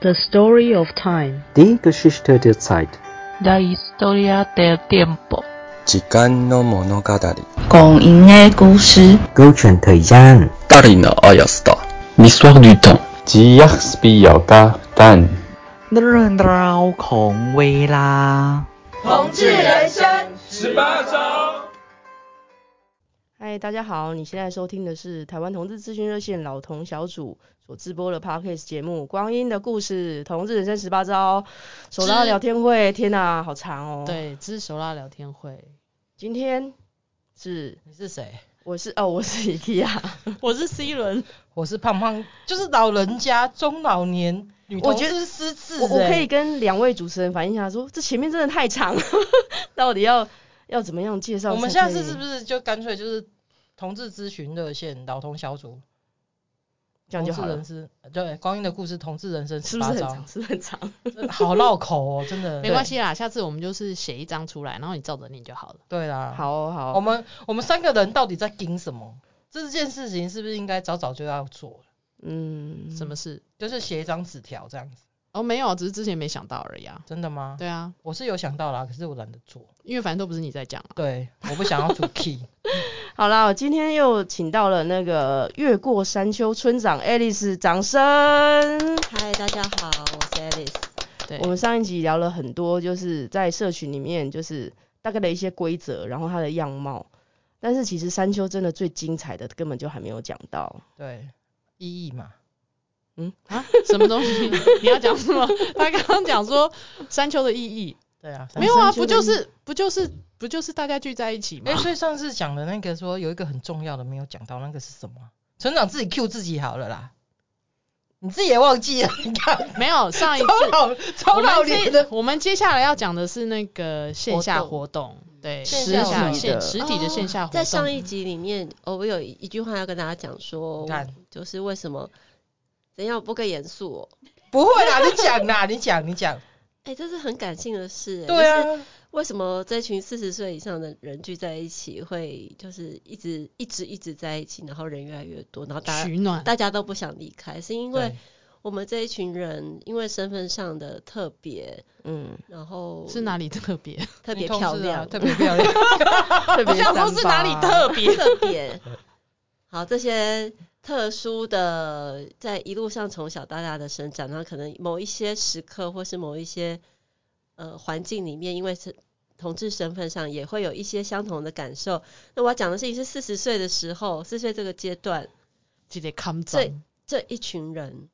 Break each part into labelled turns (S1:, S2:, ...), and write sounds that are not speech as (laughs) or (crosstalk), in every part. S1: The Story of Time,
S2: Die Geschichte der Zeit,
S3: La historia del tiempo.
S4: 時間の物語。
S5: 拱营的故事，
S2: Gouchen Taiyang,
S4: ダリナ・アヤスタ。
S6: L'histoire du temps.
S7: 吉亚斯比亚嘎丹，
S8: เรื่องราวของเวลา
S9: 嗨，大家好，你现在收听的是台湾同志咨询热线老同小组所直播的 podcast 节目《光阴的故事：同志人生十八招》手拉
S3: 是
S9: 聊天会。天哪、好长哦。，
S3: 对，这是手拉聊天会。
S9: 今天是
S3: 你是谁？
S9: 我是哦，我是 IKEA，
S3: 我是 C 轮，我是胖胖，就是老人家中老年女
S9: 我
S3: 同
S9: 觉得
S3: 志失智、欸
S9: 我我可以跟两位主持人反映一下说这前面真的太长， (laughs) 到底要要怎么样介绍？
S3: 我们下次是不是就干脆就是同志咨询热线老同小组，
S9: 这样就好
S3: 同志
S9: 了
S3: 人？生对光阴的故事，同志人生
S9: 是
S3: 十
S9: 不是很
S3: 八招
S9: 长？，是不是很长？
S3: 真的好绕口哦，真 (laughs) 的
S10: 没关。系啦，下次我们就是写一张出来，然后你照着念就好了。
S3: 对对啦，
S9: 好哦好
S3: 我
S9: 哦，
S3: 们我们三个人到底在盯什么？这件事情是不是应该早早就要做了？
S9: 嗯，
S10: 什么事？
S3: 就是写一张纸条这样子，
S10: 哦，没有，只是之前没想到而已啊。
S3: 真的吗？
S10: 对啊，
S3: 我是有想到啦，可是我懒得做。
S10: 因为反正都不是你在讲啊。
S3: 对，我不想要主 (laughs) key。
S9: 好啦，我今天又请到了那个越过山丘村长 Alice，掌声。
S5: 嗨，大家好，我是 Alice。
S10: 对，
S9: 我们上一集聊了很多，就是在社群里面，就是大概的一些规则，然后它的样貌。但是其实山丘真的最精彩的，根本就还没有讲到。
S3: 对，意义嘛，
S10: 啊，什么东西？你要讲什么？他刚刚讲说山丘的意义，
S3: 对啊。
S10: 没有啊，不
S9: 丘的
S10: 就是不就是不就是大家聚在一起吗
S3: 哎、？所以上次讲的那个说有一个很重要的没有讲到，那个是什么啊？村长自己 Q 自己好了啦，你自己也忘记了，你看
S10: 没有，上一
S3: (laughs)
S10: 次
S3: 超老超
S10: 我
S3: 老
S10: 们
S3: 脸
S10: 这
S3: 的。
S10: 我们接下来要讲的是那个线下活动，对，
S5: 线
S10: 实下
S5: 下
S9: 活动哦
S10: 线实体的线下活动。
S5: 在上一集里面，哦，我有一一句话要跟大家讲说
S3: 你，看，
S5: 就是为什么怎样不够严肃哦？
S3: 不会啦，你讲啦， (laughs) 你讲，你讲。
S5: 哎、这是很感性的事、哎
S3: 对，
S5: 就是
S3: 啊，
S5: 为什么这群四十岁以上的人聚在一起，会就是一直一直一直在一起，然后人越来越多，然后大家
S10: 取暖，
S5: 大家都不想离开，是因为
S3: 对
S5: 我们这一群人因为身份上的特别，
S9: 嗯，
S5: 然后
S10: 是哪里特别？ (laughs)
S5: 特别
S3: 女同
S5: 漂
S3: 志啊
S5: 亮，
S3: 特别漂亮。
S9: 特别
S10: 想说是哪里特别？
S5: 特别好这些特殊的，在一路上从小到大的生长，然后可能某一些时刻，或是某一些呃环境里面，因为是同志身份上也会有一些相同的感受。那我要讲的事情是四十岁的时候，四十岁这个阶段，
S10: 记得看
S5: 对
S10: 展，
S5: 这一群人，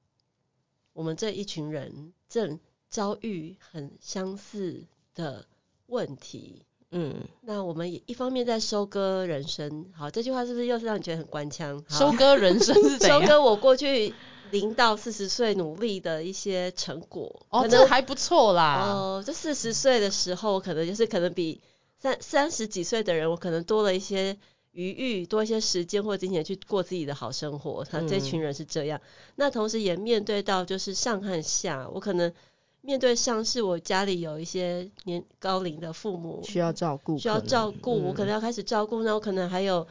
S5: 我们这一群人正遭遇很相似的问题。
S9: 嗯，
S5: 那我们也一方面在收割人生，好，这句话是不是又是让你觉得很官腔？好
S10: 收割人生是怎
S5: 收
S10: 样？
S5: 割我过去零到四十岁努力的一些成果，
S10: (laughs) 哦，
S5: 可
S10: 这
S5: 能
S10: 还啊不错啦。
S5: 哦，这四十岁的时候，可能就是可能比三三十几岁的人，我可能多了一些余裕，多一些时间或金钱去过自己的好生活。他这
S9: 嗯
S5: 群人是这样，那同时也面对到就是上和下，我可能面对上是我家里有一些年高龄的父母，
S9: 需要照顾，
S5: 需要照顾，
S10: 嗯
S5: 我可能要开始照顾，那我可能还有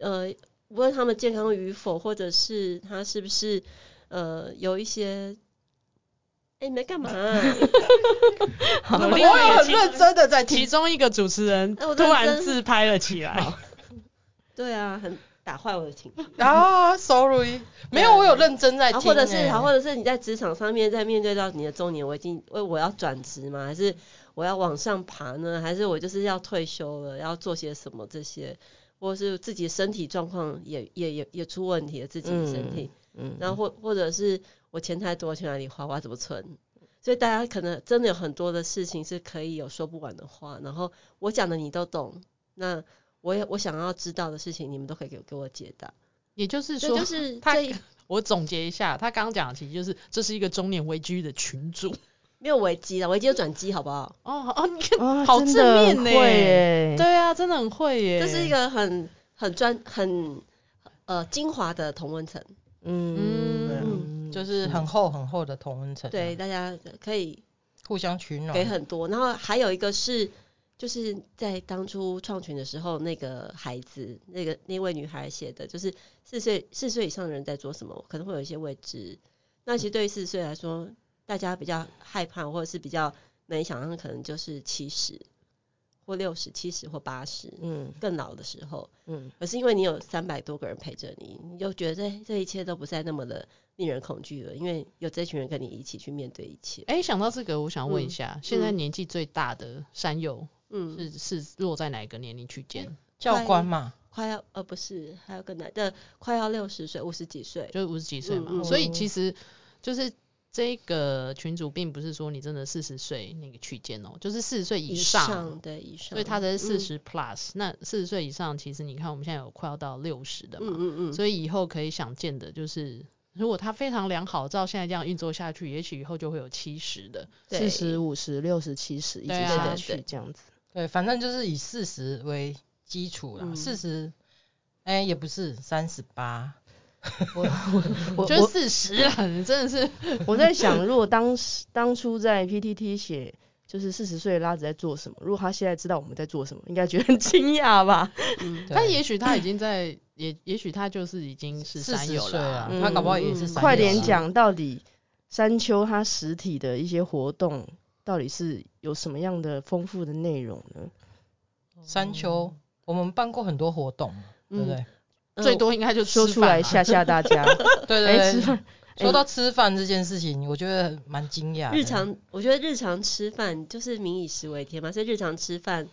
S5: 呃，无论他们健康与否，或者是他是不是呃有一些，哎、你在干嘛、
S10: (laughs)
S5: 啊？
S3: 我有很认真的在
S10: 其
S3: 听，
S10: 中一个主持人
S5: 哎我
S10: 突
S5: 认
S10: 然
S5: 真
S10: 自拍了起来，
S5: 对啊，很打坏我的情绪，
S10: (laughs)
S3: 啊，sorry，没有，我有认真在
S5: 啊，
S3: 听、
S5: 或者是
S3: 欸
S5: 好，或者是你在职场上面，在面对到你的中年危机，我已经我要转职吗？还是我要往上爬呢？还是我就是要退休了，要做些什么这些？或是自己身体状况也也也也出问题了，自己的身体，
S9: 嗯，
S5: 然后或或者是我钱太多去哪里花，我要怎么存？所以大家可能真的有很多的事情是可以有说不完的话，然后我讲的你都懂，那我也我想要知道的事情，你们都可以给给我解答。
S10: 也就是
S5: 这
S10: 说，
S5: 就是
S10: 他
S5: 这一
S10: 我总结一下，他刚刚讲的其实就是这是一个中年危机的群主。
S5: 没有危机了，危机有转机，好不好？
S10: (laughs) 哦哦，你看，
S9: 哇
S10: 好
S9: 啊真
S10: 正
S9: 的
S10: 面
S9: 很
S10: 呢、
S9: 会耶
S10: 对啊，真的很会耶、
S5: 这是一个很很专很呃精华的同温层，
S10: 嗯
S9: 嗯，
S3: 就是很厚很厚的同温层、啊
S5: 对，大家可以
S3: 互相取暖，
S5: 给很多。然后还有一个是，就是在当初创群的时候，那个孩子，那个那位女孩写的，就是四岁四岁以上的人在做什么，可能会有一些未知。那其实对于四十岁来说，大家比较害怕或者是比较难以想象，可能就是七十或六十、七十或八十，
S9: 嗯
S5: 更老的时候。
S9: 嗯，
S5: 可是因为你有三百多个人陪着你，你就觉得这这一切都不再那么的令人恐惧了，因为有这群人跟你一起去面对一切。
S10: 哎、想到这个，我想问一
S5: 嗯
S10: 下，现在年纪最大的山友
S5: 嗯，
S10: 是是落在哪个年龄区间？
S3: 教官嘛，
S5: 快要呃不是，还有更难的，快要六十岁、五十几岁。
S10: 就是五十几岁嘛。
S5: 嗯嗯
S10: 所以其实就是这个群主，并不是说你真的四十岁那个区间哦，就是四十岁
S5: 以
S10: 上。
S5: 对以上，
S10: 所以他的四
S5: 嗯，
S10: 十 plus，、那四十岁以上，其实你看我们现在有快要到六十的嘛，
S5: 嗯嗯嗯，
S10: 所以以后可以想见的就是，如果它非常良好，照现在这样运作下去，也许以后就会有七十的。
S9: 四
S5: 对
S9: 十五十六十七十一直
S10: 对啊
S9: 下
S10: 对
S9: 去这样子。
S3: 对，反正就是以四十为基础啦，
S5: 嗯
S3: 四十、哎也不是三十八，
S9: 我
S10: 就是
S9: 我
S10: 四十啊，你真的
S3: (laughs)
S10: 是
S9: 我在想，如果当时当初在 PTT 写就是四十岁的拉子在做什么，如果他现在知道我们在做什么，应该觉得很惊讶吧？
S5: 嗯
S3: 对
S10: 但也许他已经在，也也许他就是已经是
S3: 四
S10: 山
S3: 十
S10: 友
S3: 岁
S10: 了
S3: 啊
S10: 啊，，
S9: 嗯
S3: 他搞不好也是
S5: 嗯
S3: 三、啊
S9: 快点，讲，到底山丘它实体的一些活动到底是有什么样的丰富的内容呢？
S3: 山丘，我们办过很多活动，对不对？
S10: 最多应该就
S9: 嗯说
S10: 吃
S9: 出
S10: 饭
S9: 来
S10: 啊
S9: 吓吓大
S10: (laughs)
S9: 家。
S3: 对
S9: 哎、
S3: 对
S9: 吃
S3: 对
S9: 饭。
S3: 说到吃饭这件事情，我觉得蛮惊讶的。
S5: 日常，我觉得日常吃饭就是民以食为天嘛，所以日常吃饭，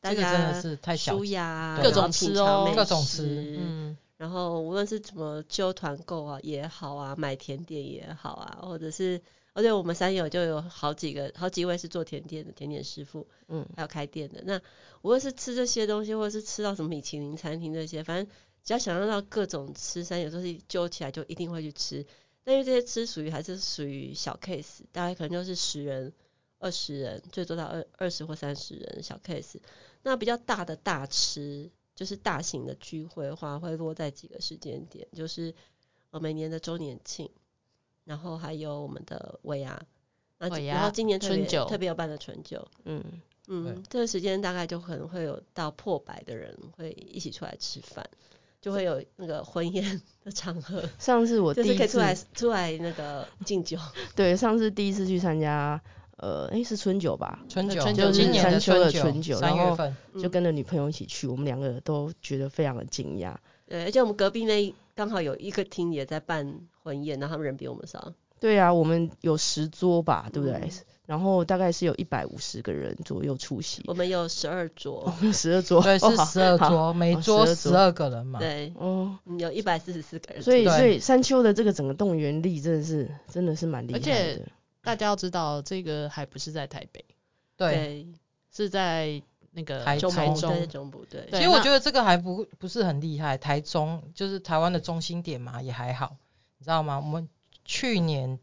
S5: 大
S3: 这个真的
S5: 家
S3: 是太小
S5: 舒，压啊，
S3: 对
S5: 然
S10: 各种
S5: 后品
S10: 吃
S5: 尝
S10: 哦
S5: 美
S3: 各种吃
S5: 食，
S10: 嗯，
S5: 然后无论是怎么揪团购啊也好啊，买甜点也好啊，或者是，而且我们山友就有好几个好几位是做甜点的甜点师傅，
S9: 嗯，
S5: 还有开店的。那无论是吃这些东西，或者是吃到什么米其林餐厅这些，反正只要想象到各种吃山友都是揪起来就一定会去吃。但因为这些吃属于还是属于小 case，大概可能就是十人、二十人，最多到二二十或三十人小 case。那比较大的大吃，就是大型的聚会的话，会落在几个时间点，就是呃每年的周年庆，然后还有我们的尾牙，然后
S10: 尾
S5: 然后
S10: 牙
S5: 今年特别
S10: 春酒
S5: 特别有办的春酒，
S9: 嗯，
S5: 嗯，这个时间大概就可能会有到破百的人会一起出来吃饭，就会有那个婚宴的场合，
S9: 上次我
S5: 就
S9: 第
S5: 是
S9: 一
S5: 可以出
S9: 次
S5: 来出来那个敬酒，
S9: 对上次第一次去参加，呃，诶、是春酒吧？
S3: 春酒，
S10: 呃春酒
S3: 今年
S9: 山丘
S3: 春
S9: 的春酒
S3: 三
S9: 然
S3: 月
S9: 后
S3: 份，
S5: 嗯
S9: 就跟着女朋友一起去，我们两个都觉得非常的惊讶。
S5: 对，而且我们隔壁那一刚好有一个厅也在办婚宴，然后他们人比我们少，
S9: 对啊，我们有十桌吧，对不对？
S5: 嗯
S9: 然后大概是有一百五十个人左右出席，
S5: 我们有十二桌
S9: 我，们十二桌，
S3: 对，
S9: (laughs) 哦
S3: 是十二。
S9: 好好
S3: 桌，每
S9: 哦
S3: 桌
S9: 12桌
S3: 十二个人嘛，
S5: 对，
S9: 哦，
S5: 嗯有一百四十四个人，
S9: 所以
S3: 对
S9: 所以山丘的这个整个动员力真的是真的是蛮厉害
S10: 而且
S9: 的，
S10: 大家要知道，这个还不是在台北，
S3: 对。
S5: 对，
S10: 是在那个
S3: 台
S10: 中
S3: 中
S10: 台
S5: 对
S10: 中，
S5: 中部对，
S10: 对
S3: 其实我
S10: 那
S3: 觉得这个还不不是很厉害，台中就是台湾的中心点嘛，也还好，你知道吗？我们去年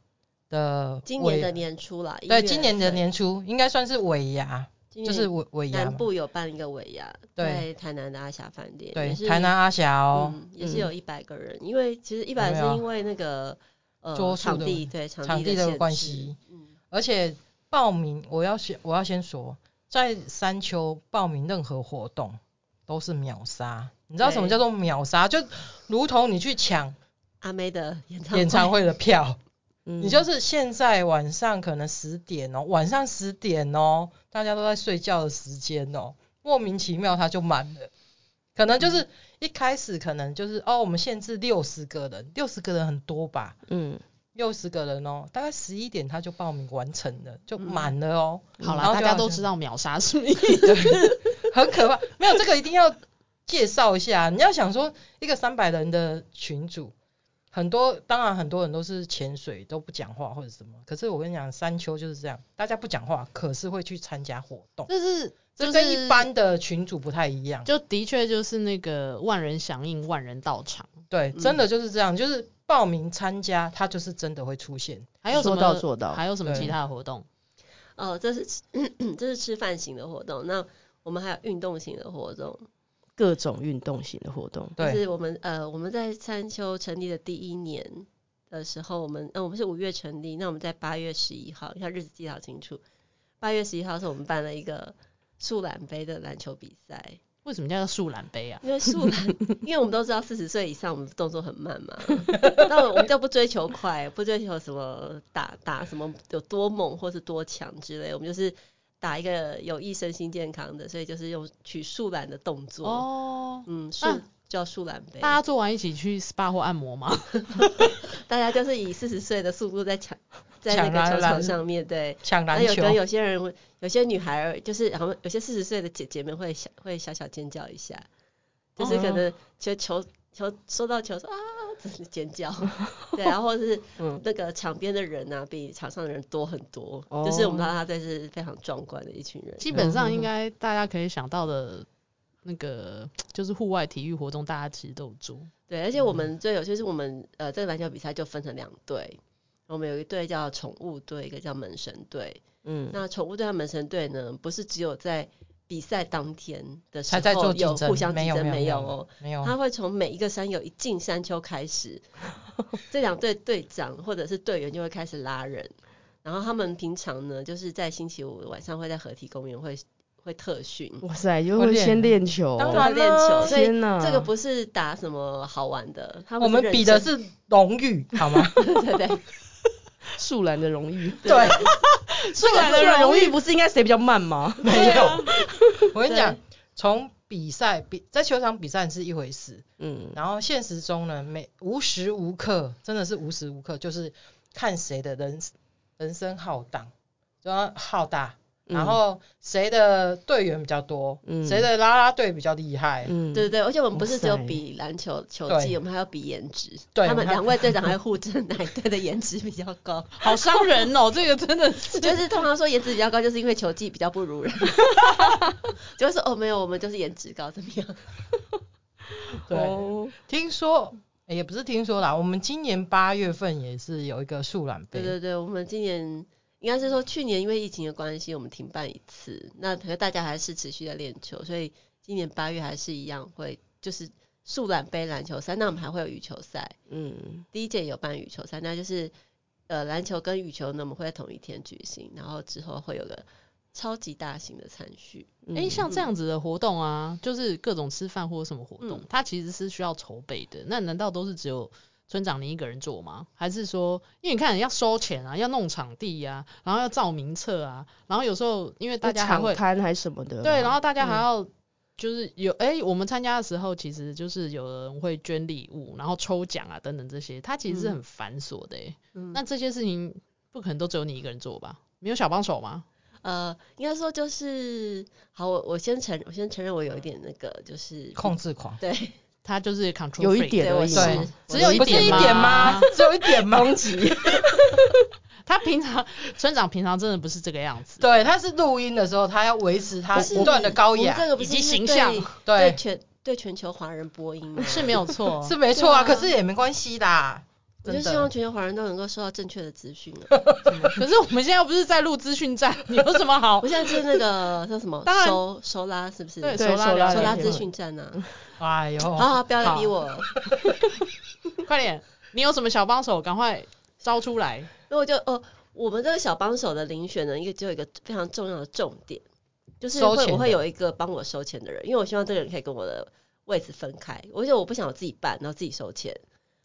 S3: 的
S5: 今年的
S3: 尾
S5: 年初啦，1
S3: 对
S5: 月
S3: 今年的
S5: 份，
S3: 年初应该算是尾牙，
S5: 今
S3: 就
S5: 年
S3: 是尾尾牙
S5: 南
S3: 嘛，
S5: 部有办一个尾牙，在
S3: 对
S5: 台南的阿霞饭店，
S3: 对
S5: 也是
S3: 台南阿霞哦，
S5: 嗯，也是有一百个人，因为其实一百
S3: 有没有
S5: 是因为那个呃
S3: 桌数
S5: 场
S3: 的
S5: 地对场
S3: 场
S5: 地
S3: 地的
S5: 限
S3: 关
S5: 制
S3: 系，
S5: 嗯，
S3: 而且报名我要先我要先说，在山丘报名任何活动都是秒杀，你知道什么
S5: 对
S3: 叫做秒杀？就如同你去抢
S5: 阿妹的演唱
S3: 演唱
S5: 会，
S3: 会的票。
S9: 嗯
S3: 你就是现在晚上可能十点哦，晚上十点哦，大家都在睡觉的时间哦，莫名其妙它就满了。可能就是
S10: 嗯
S3: 一开始可能就是哦，我们限制六十个人，六十个人很多吧，
S9: 嗯，
S3: 六十个人哦，大概十一点他就报名完成了，就满了哦，
S10: 嗯好
S3: 然
S10: 啦，
S3: 后
S10: 大
S3: 就
S10: 家
S3: 好
S10: 都
S3: 像
S10: 知道秒杀是
S3: (laughs)
S10: 你，
S3: 很可怕。没有这个一定要介绍一下，你要想说一个三百人的群组，很多当然很多人都是潜水都不讲话或者什么，可是我跟你讲，山丘就是这样，大家不讲话，可是会去参加活动，
S10: 就是
S3: 这
S10: 就
S3: 跟一
S10: 是
S3: 般的群组不太一样。
S10: 就的确就是那个万人响应，万人到场。
S3: 对，
S5: 嗯
S3: 真的就是这样，就是报名参加，他就是真的会出现。
S10: 还有什
S9: 说
S10: 么
S9: 到做到
S10: 还有什么
S3: 对
S10: 其他的活动？
S5: 哦，这是吃 (clears throat) 这是吃饭型的活动，那我们还有运动型的活动，
S9: 各种运动型的活动，
S5: 就
S3: 对
S5: 是我们呃我们在山丘成立的第一年的时候，我们呃我们是五月成立，那我们在八月十一号，你看日子记得好清楚，八月十一号是我们办了一个树懒杯的篮球比赛，
S10: 为什么叫树懒杯啊？
S5: 因为树
S10: (laughs)
S5: 懒，因为我们都知道四十岁以上我们动作很慢嘛，那我们就不追求快，不追求什么打打什么有多猛或是多强之类，我们就是打一个有益身心健康的，所以就是用取树懒的动作，
S10: 哦，
S5: 嗯，树
S10: 那
S5: 叫树懒杯，
S10: 大家做完一起去 SPA 或按摩吗？
S5: 大家就是以四十岁的速度在抢，在那
S3: 抢
S5: 个
S3: 篮
S5: 球场
S3: 篮
S5: 上面对。
S3: 抢
S5: 那
S3: 篮
S5: 有
S3: 球
S5: 的，有些人会，有些女孩儿就是，好像有些四十岁的姐姐们会小会小小尖叫一下，就是
S3: 哦
S5: 可能球球球收到球说啊，只是尖
S3: (laughs)
S5: 叫，对，然后是
S3: 嗯
S5: 那个场边的人呢、比场上的人多很多，就是我们
S3: 哦
S5: 拉拉队是非常壮观的一群人，
S10: 基本上应该大家可以想到的那个就是户外体育活动，大家其实都有做。
S5: 对，而且
S3: 嗯
S5: 我们最有趣是我们呃这个篮球比赛就分成两队，我们有一队叫宠物队，一个叫门神队，
S3: 嗯，
S5: 那宠物队和门神队呢，不是只有在比赛当天的时
S3: 才在
S5: 候
S3: 做竞
S5: 有
S3: 争，
S5: 互相
S3: 没
S5: 竞
S3: 有
S5: 争，
S3: 没
S5: 有
S3: 有
S5: 哦。，
S3: 没有，
S5: 他会从每一个山友一进山丘开
S3: (laughs)
S5: 始，这两队队长或者是队员就会开始拉人。然后他们平常呢，就是在星期五晚上会在合体公园会会特训，
S9: 哇塞，就
S3: 会
S9: 会
S3: 练
S9: 先练球哦，
S3: 当
S5: 会
S3: 然
S5: 练球，
S3: 啦
S5: 所以
S9: 天哪
S5: 这个不是打什么好玩的，他
S3: 嗯我们
S5: 是认
S3: 比的
S5: 真
S3: 是荣誉，好
S5: (laughs)
S3: 吗？
S5: 对对对
S9: (laughs) 树懒的荣誉。
S3: (laughs) 对，
S9: 树
S5: (laughs)
S9: 懒的荣誉不是应该谁比较慢吗？
S3: (laughs) 没有。我跟你讲
S5: 对，
S3: 从比赛比在球场比赛是一回事，
S9: 嗯，
S3: 然后现实中呢，每无时无刻真的是无时无刻，就是看谁的人人生浩荡，然后浩大，
S9: 嗯
S3: 然后谁的队员比较多，
S9: 嗯
S3: 谁的啦啦队比较厉害，
S9: 嗯，
S5: 对对对，而且我们不
S9: 哇
S5: 是只有
S9: 塞
S5: 比篮球球
S3: 对
S5: 技，我们还要比颜值。
S3: 对
S5: 他
S3: 我们
S5: 们
S3: 还
S5: 两位队长还互争哪一队的颜值比较高。
S10: 好伤人
S5: (laughs)
S10: 哦，这个真的是。
S5: 就是通常说颜值比较高，就是因为球技比较不如人。就会说哦，没有，我们就是颜值高，怎么样？
S3: 对，
S9: 哦
S3: 听说。诶也不是听说啦，我们今年八月份也是有一个树懒杯，
S5: 对对对，我们今年应该是说去年因为疫情的关系，我们停办一次，那可能大家还是持续的练球，所以今年八月还是一样会就是速览杯篮球赛，那我们还会有羽球赛。
S9: 嗯，
S5: 第一届有办羽球赛，那就是呃篮球跟羽球呢，我们会在同一天举行，然后之后会有个超级大型的餐叙。
S9: 嗯
S10: 哎、像这样子的活动啊，就是各种吃饭或什么活动，
S5: 嗯
S10: 它其实是需要筹备的。那难道都是只有村长你一个人做吗？还是说，因为你看要收钱啊，要弄场地呀、啊，然后要照名册啊，然后有时候因为大家还
S9: 场
S10: 会
S9: 刊还是什么的吧，
S10: 对，然后大家还要就是有哎、我们参加的时候，其实就是有人会捐礼物，然后抽奖啊等等这些，它其实是
S5: 嗯
S10: 很繁琐的、欸。
S5: 嗯
S10: 那这些事情不可能都只有你一个人做吧？没有小帮手吗？
S5: 呃，应该说就是好，我我先承我先承认我有一点那个就是
S3: 控制狂，
S10: (laughs)
S5: 对
S10: 他就是 control
S9: 有一
S10: freak
S9: 点
S5: 对
S9: 而
S5: 我
S9: 已
S5: 是
S9: 嘛，
S5: 我
S10: 只有
S3: 不是
S10: 点
S3: 一
S10: 吗
S3: 点
S10: 啊
S3: 吗？ (laughs) 只有一点吗？攻击，
S10: (laughs) 他平常村长平常真的不是这个样子，
S3: 对，他是录音的时候，他要维持他
S5: 不是
S3: 不断的高
S5: 我们
S3: 雅
S5: 这，个不
S10: 以
S5: 是
S10: 及
S5: 是
S10: 形
S5: 对
S10: 象
S5: 对
S3: 对。
S5: 全对全球华人播音
S10: (laughs)
S5: 吗？
S10: 是没有错
S3: 是没错啊，
S5: 对啊
S3: 可是也没关系啦。
S5: 我就
S3: 真的
S5: 希望全球华人都能够收到正确的资讯
S10: (laughs)
S5: 啊！
S10: 可是我们现在又不是在录资讯站，你有什么好
S5: 我？现在是那个叫什么
S10: 当然
S5: 收收拉是不是？
S10: 对哦
S5: 收
S10: 手拉
S9: 手拉
S10: 手拉
S5: 拉资讯站啊！
S3: 哎呦，
S5: 好哦好，不要来逼
S3: 好
S5: 我。
S10: 快点，你有什么小帮手，赶快招出来。
S5: 那我就哦，我们这个小帮手的遴选呢，一个就有一个非常重要的重点，就是
S3: 收钱
S5: 会我
S3: 的
S5: 会有一个帮我收钱的人，因为我希望这个人可以跟我的位置分开，而且我不想我自己办，然后自己收钱，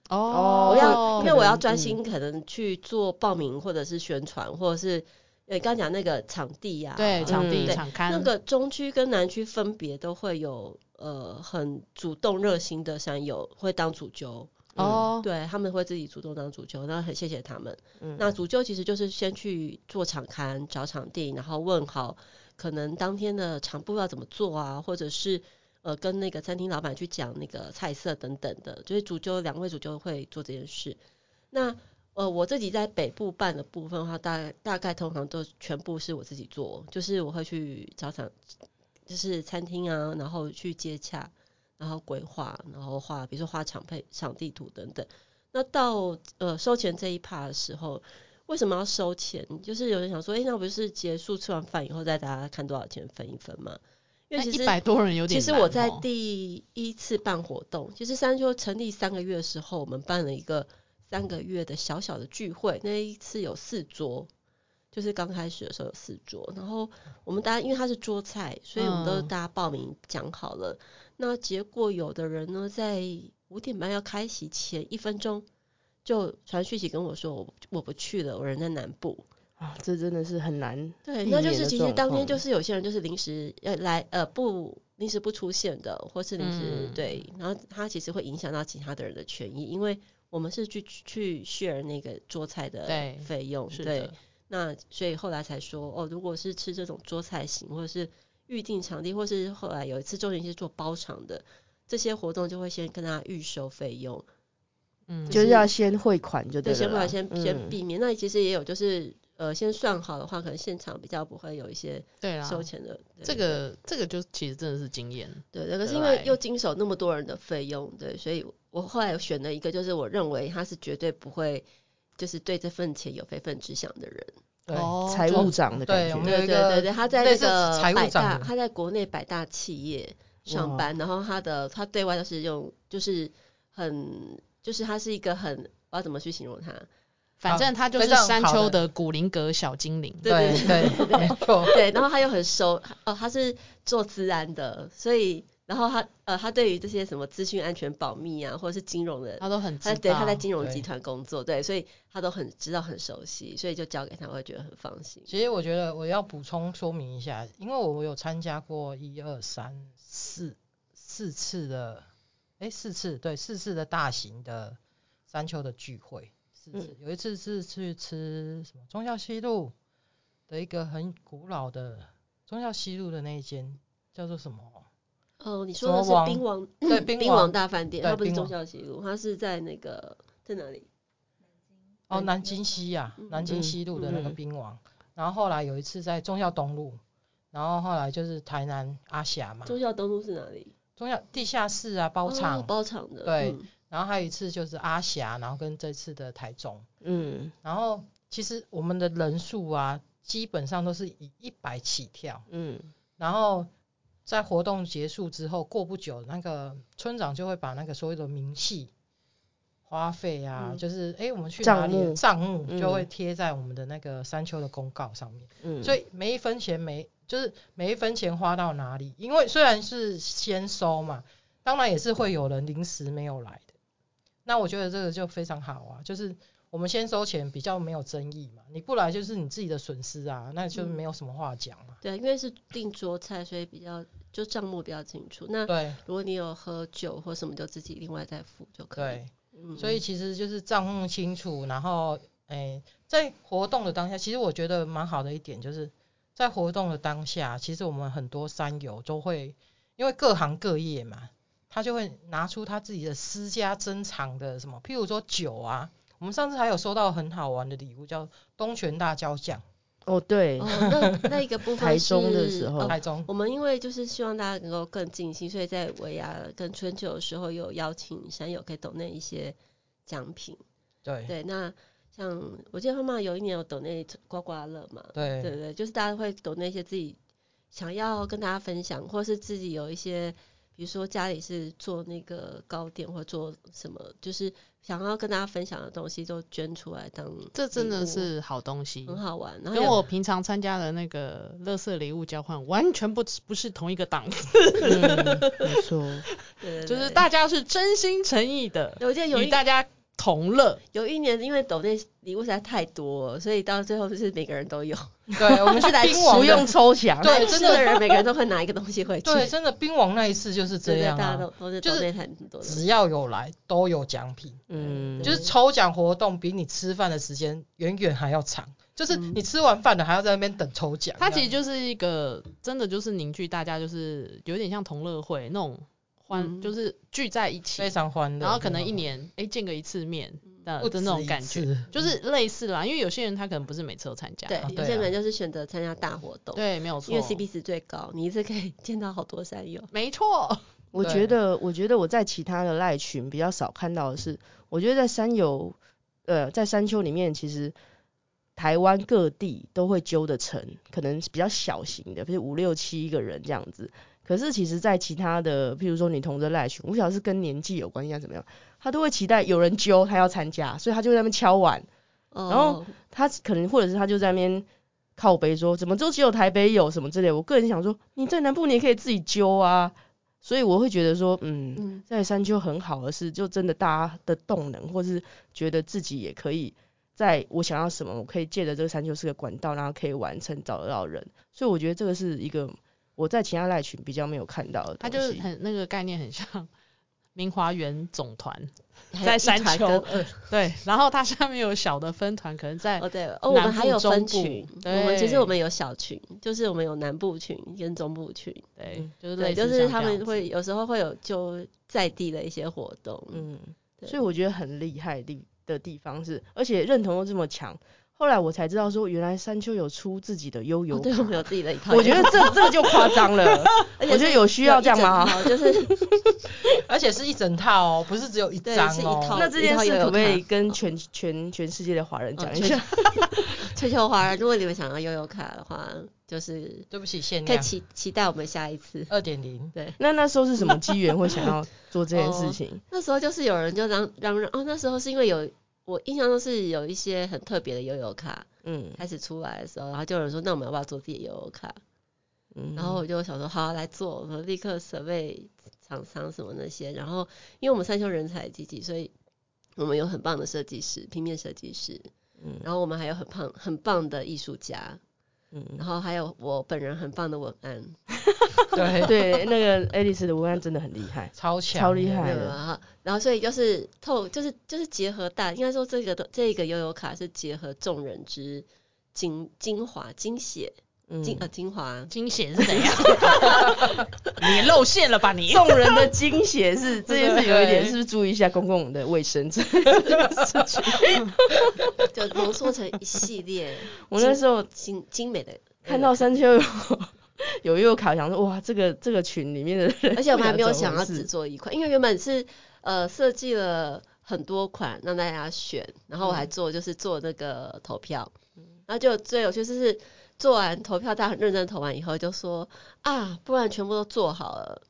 S10: 哦
S5: 我要因为我要
S9: 能
S5: 专
S9: 嗯
S5: 心可能去做报名或者是宣传，或者是呃刚刚讲那个场地呀、
S10: 对场地、
S9: 嗯对
S10: 场刊
S5: 那个中区跟南区分别都会有呃很主动热心的山友会当主揪，
S10: 哦，
S5: 对，他们会自己主动当主揪，那很谢谢他们。
S9: 嗯
S5: 那主揪其实就是先去做场刊、找场地，然后问好可能当天的场布要怎么做啊，或者是呃跟那个餐厅老板去讲那个菜色等等的，就是主揪两位主揪会做这件事。那呃我自己在北部办的部分的话，大大概通常都全部是我自己做，就是我会去找场，就是餐厅啊，然后去接洽。然后规划，然后画，比如说画场配、场地图等等。那到呃收钱这一趴的时候，为什么要收钱？就是有人想说，哎、那不是结束吃完饭以后再大家看多少钱分一分吗？因为其
S10: 一
S5: 实
S10: 百多人有点
S5: 其实
S10: 难
S5: 我在
S10: 哦
S5: 第一次办活动，其实三秋成立三个月的时候，我们办了一个三个月的小小的聚会，那一次有四桌，就是刚开始的时候有四桌，然后我们大家因为它是桌菜，所以我们都
S10: 嗯
S5: 大家报名讲好了。那结果有的人呢，在五点半要开席前一分钟就传讯息跟我说我不我不去了，我人在南部。
S9: 啊，这真的是很难。
S5: 对，
S9: 避
S5: 那就
S9: 免
S5: 是
S9: 的
S5: 其
S9: 状
S5: 实当天就
S9: 况
S5: 是有些人就是临时呃来呃不临时不出现的，或是临时、
S10: 嗯
S5: 对，然后它其实会影响到其他的人的权益，因为我们是去去 share 那个桌菜的
S10: 对
S5: 费用，
S10: 是
S5: 对
S10: 的，
S5: 那所以后来才说，哦，如果是吃这种桌菜型，或者是预定场地，或是后来有一次周年庆是做包场的，这些活动就会先跟他预收费用，
S10: 嗯，
S9: 就是是要先汇款就对
S5: 对，
S9: 了
S5: 先不
S9: 啦
S3: 啊
S5: 然先先
S9: 嗯
S5: 避免。那其实也有就是呃，先算好的话，可能现场比较不会有一些
S10: 对
S3: 啊
S10: 啦，
S5: 收钱的。对
S10: 这个这个就其实真的是经验，
S5: 对，那可
S10: 得
S5: 是因为
S10: 来
S5: 又经手那么多人的费用，对，所以我后来选了一个，就是我认为他是绝对不会。就是对这份钱有非分之想的人，
S3: 对，
S5: 哦
S9: 财
S3: 就
S9: 务长的感
S3: 对，我
S9: 觉
S3: 们。有
S5: 对
S3: 一
S5: 对
S3: 个
S5: 对对，他在
S3: 类
S5: 那
S3: 似
S5: 个
S3: 财
S5: 百
S3: 务
S5: 大，
S3: 长的，
S5: 他在国内百大企业上班，然后他的他对外都是用，就是很，就是他是一个很，我要怎么去形容他？
S10: 反正他就是
S3: 非常
S10: 山
S3: 好
S10: 丘
S3: 的
S10: 的古灵阁小精灵，
S3: 对对对，没错， (laughs)
S5: 对，然后他又很熟，哦，他是做资安的，所以然后他呃，他对于这些什么资讯安全保密啊，或者是金融的，
S3: 哦
S10: 他都很知
S5: 他
S10: 道，
S5: 对他在金融
S3: 对
S5: 集团工作，对，所以他都很知道很熟悉，所以就交给他，我会觉得很放心。
S3: 其实我觉得我要补充说明一下，因为我有参加过一二三四四次的，哎，四次对四次的大型的山丘的聚会，四次、
S5: 嗯
S3: 有一次是去吃什么中孝西路的一个很古老的中孝西路的那一间叫做什么？
S5: 哦，你
S3: 什
S5: 说的
S3: 么
S5: 是
S3: 王
S5: 槟榔
S3: 对，
S5: 槟
S3: 王
S5: 榔嗯大饭店，
S3: 对
S5: 它不是
S3: 槟
S5: 中
S3: 榔
S5: 孝西路，它是在那个在哪里？
S3: 哦，南京西呀、
S5: 嗯
S3: 南京西路的那个槟王。然后后来有一次在中校东路，然后后来就是台南阿霞嘛，
S5: 中孝东路是哪里？
S3: 中校地下室啊包场，
S5: 哦包场的，
S3: 对
S5: 嗯
S3: 然后还有一次就是阿霞，然后跟这次的台中，
S9: 嗯
S3: 然后其实我们的人数啊，基本上都是以一百起跳，
S9: 嗯，
S3: 然后在活动结束之后，过不久，那个村长就会把那个所有的明细、花费啊，
S9: 嗯
S3: 就是哎、诶我们去
S9: 账
S3: 哪里的
S9: 目
S3: 账目就
S9: 嗯
S3: 会贴在我们的那个山丘的公告上面，
S9: 嗯
S3: 所以每一分钱每就是每一分钱花到哪里，因为虽然是先收嘛，当然也是会有人临时没有来的。那我觉得这个就非常好啊，就是我们先收钱比较没有争议嘛，你不来就是你自己的损失啊，那就
S5: 嗯
S3: 没有什么话讲嘛。
S5: 对，因为是订桌菜，所以比较就账目比较清楚。那
S3: 对，
S5: 如果你有喝酒或什么，就自己另外再付就可以。嗯
S3: 对，
S5: 对
S3: 所以其实就是账目清楚，然后诶、在活动的当下，其实我觉得蛮好的一点就是，在活动的当下，其实我们很多山友都会，因为各行各业嘛，他就会拿出他自己的私家珍藏的什么，譬如说酒啊，我们上次还有收到很好玩的礼物，叫东泉辣椒酱，
S9: 哦对 (laughs)
S5: 哦，，那那一个部分
S9: 台中的
S5: 是
S9: 时候
S5: 哦
S3: 台中。
S5: 我们因为就是希望大家能够更尽兴，所以在维亚跟春秋的时候有邀请山友可以抖那一些奖品。
S3: 对
S5: 对，那像我记得妈妈有一年有抖那刮刮乐嘛，
S3: 对
S5: 对对，就是大家会抖那些自己想要跟大家分享，或是自己有一些，比如说家里是做那个糕点或做什么，就是想要跟大家分享的东西，就捐出来当
S10: 这真
S5: 礼
S10: 的
S5: 物
S10: 是好东
S3: 嗯
S10: 西，
S5: 很好玩。然后
S10: 跟
S5: 有
S10: 我平常参加的那个乐色礼物交换完全不不是同一个档次，
S5: 嗯
S9: 没错，
S5: 对
S10: (laughs)
S5: 对
S10: 就是
S5: 对
S10: 大家是真心诚意的，
S5: 对我记得有
S10: 与
S5: 一
S10: 大家同乐，
S5: 有一年，因为抖内礼物实在太多了，所以到最后就是每个人都有。
S3: 对，我们去
S5: (laughs) 来
S3: 冰王
S9: 不
S3: 的
S9: 用抽奖，
S3: (laughs) 对，
S5: (laughs) 吃
S3: 真
S5: 的
S3: 的
S5: 人每个人都会拿一个东西回去。
S3: 对，真的冰王那一次就是
S5: 对
S3: 这
S5: 对，
S3: 样
S5: 大家都
S3: 啊，
S5: 都是
S3: 就
S5: 抖
S3: 是
S5: 内很多的。
S3: 只要有来都有奖品。
S9: 嗯，
S3: 就是抽奖活动比你吃饭的时间远远还要长，就是你吃完饭了还要在那边等抽奖。
S10: 嗯它其实就是一个真的就是凝聚大家，就是有点像同乐会那种欢，
S5: 嗯
S10: 就是聚在一
S3: 非
S10: 起，
S3: 常欢乐，
S10: 然后可能一年哎、见个一次面
S5: 嗯
S10: 的
S3: 不
S10: 的
S3: 止
S10: 那种
S3: 一
S10: 感觉，
S3: 次，
S10: 就是类似啦。因为有些人他可能不是每次都参加，
S5: 对
S3: 啊，
S5: 有
S3: 对
S5: 些
S3: 啊
S5: 人就是选择参加大活动，
S10: 对，没有错，
S5: 因为 CP 值最高，你一次可以见到好多山友。
S10: 没错，
S9: 我
S3: 对
S9: 觉得，我觉得我在其他的赖群比较少看到的是，我觉得在山友，呃，在山丘里面，其实台湾各地都会揪的成，可能是比较小型的，比如五六七个人这样子。可是其实，在其他的，譬如说你同着赖群，我不晓得是跟年纪有关系还是怎么样，他都会期待有人揪，他要参加，所以他就在那边敲碗，
S5: 然
S9: 后他可能或者是他就在那边靠北说怎么都只有台北有什么之类，我个人想说，你在南部你也可以自己揪啊。所以我会觉得说，嗯，
S5: 嗯
S9: 在山丘很好的是，就真的大家的动能，或是觉得自己也可以，在我想要什么，我可以借着这个山丘是个管道，然后可以完成找得到人。所以我觉得这个是一个我在其他赖群比较没有看到的
S10: 它
S9: 东
S10: 就是
S9: 西。
S10: 很那个概念很像 (laughs) 明华园总团，
S5: 还
S10: 在
S5: 有一
S10: 山
S5: 团
S10: 丘
S5: 跟
S9: 嗯
S5: 二
S10: 对，然后它下面有小的分团，可能在
S5: 哦，对，哦，我们
S10: 南
S5: 还
S10: 部
S5: 有
S10: 中
S5: 分
S10: 部
S5: 群，我们其实
S10: 对
S5: 我们有小群，就是我们有南部群跟中部群，
S10: 对，就是
S5: 嗯
S10: 类
S5: 对，
S10: 似
S5: 就是
S10: 像
S5: 他
S10: 这样
S5: 们
S10: 子
S5: 会有时候会有就在地的一些活动，
S9: 嗯，
S5: 对哦
S9: 所以我觉得很厉害的的地方是，而且认同又这么强。后来我才知道说，原来山丘有出自己的悠游
S5: 哦
S9: 卡、
S5: 对，我们有自己
S9: (laughs)
S5: 的一套，
S9: 我觉得这这个就夸张了，
S5: (laughs) 而且
S9: 我觉得
S5: 是
S9: 有需要
S5: 一
S9: 这样
S5: 整
S9: 吗
S5: 套就是
S3: 而且是一整套哦，不是只有一
S5: 对
S3: 张
S5: 是一套
S3: 哦。
S9: 那这件事
S5: 一套悠游
S9: 可不可以
S5: 卡
S9: 跟全全全世界的华人
S5: 哦
S9: 讲一
S5: 全
S9: 下？
S5: 全球华人，如果你们想要悠游卡的话，就是
S3: 对不起，限
S5: 可以
S3: 量
S5: 期期待我们下一次。
S9: 呃
S3: 二点
S10: (laughs)
S3: 零。
S9: 那那时候是什么机缘会想要做
S5: (laughs) 哦
S9: 这件事情？
S5: 那时候就是有人就嚷嚷嚷哦，那时候是因为有我印象中是有一些很特别的悠游卡
S9: 嗯
S5: 开始出来的时候，然后就有人说那我们要不要做自己的悠游卡？
S9: 嗯，
S5: 然后我就想说，好、啊来做，我们立刻 survey 厂商什么那些。然后，因为我们三修人才济济，所以我们有很棒的设计师，平面设计师，
S9: 嗯
S5: 然后我们还有很棒很棒的艺术家，然
S9: 嗯，
S5: 后还有我本人很棒的文案，
S3: 对，
S9: 对，那个爱丽丝的文案真的很厉害，
S3: 超强，
S9: 超厉害
S5: 对
S9: 的，
S5: 吧？啊然后，所以就是透，就是就是结合大，应该说这个的这个悠游卡是结合众人之精精华、精血、精、呃
S9: 嗯，
S5: 精华。
S10: 惊险是怎 (laughs) 样？你露馅了吧你？
S9: 众人的惊险是这件事有
S5: (laughs)
S9: 一点，
S3: 对
S9: 是不是注意一下公共的卫生？这
S5: 就浓缩成一系列
S9: (laughs) 我那时候
S5: 精精美的。
S9: 看到山丘有 (laughs) 有悠游卡，想说哇，这个这个群里面的人，
S5: 而且我们还没有想要只做一款，因为原本是呃设计了很多款让大家选，然后我还做就是做那个投票，然后就最有趣就是做完投票，大家很认真投完以后就说啊，不然全部都做好了。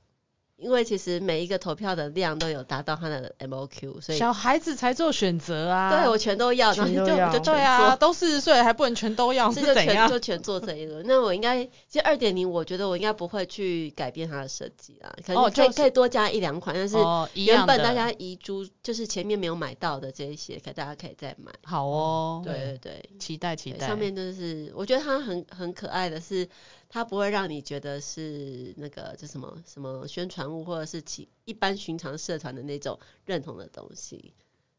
S5: 因为其实每一个投票的量都有达到它的 MOQ，所以
S10: 小孩子才做选择啊。
S5: 对我全都要，然后
S9: 全都
S5: 就
S9: 要
S5: 我就
S10: 对
S5: 全
S10: 啊，
S5: 做
S10: 都四十岁了还不能全都要
S5: 这
S10: 是
S5: 就
S10: 怎
S5: 全
S10: 样
S5: 就？全做这一轮。那我应该其实二点零，我觉得我应该不会去改变它的设计啊，可
S10: 哦
S5: 能可以、
S10: 就是
S5: 可以多加一两款，但是
S10: 哦，一
S5: 原
S10: 样的。
S5: 本大家遗珠就是前面没有买到的这一些，可大家可以再买。
S10: 好哦，
S5: 对对对，
S10: 期待期
S5: 对
S10: 待。
S5: 上面就是我觉得它很很可爱的是，它不会让你觉得是那个这什么什么宣传物或者是其一般寻常社团的那种认同的东西，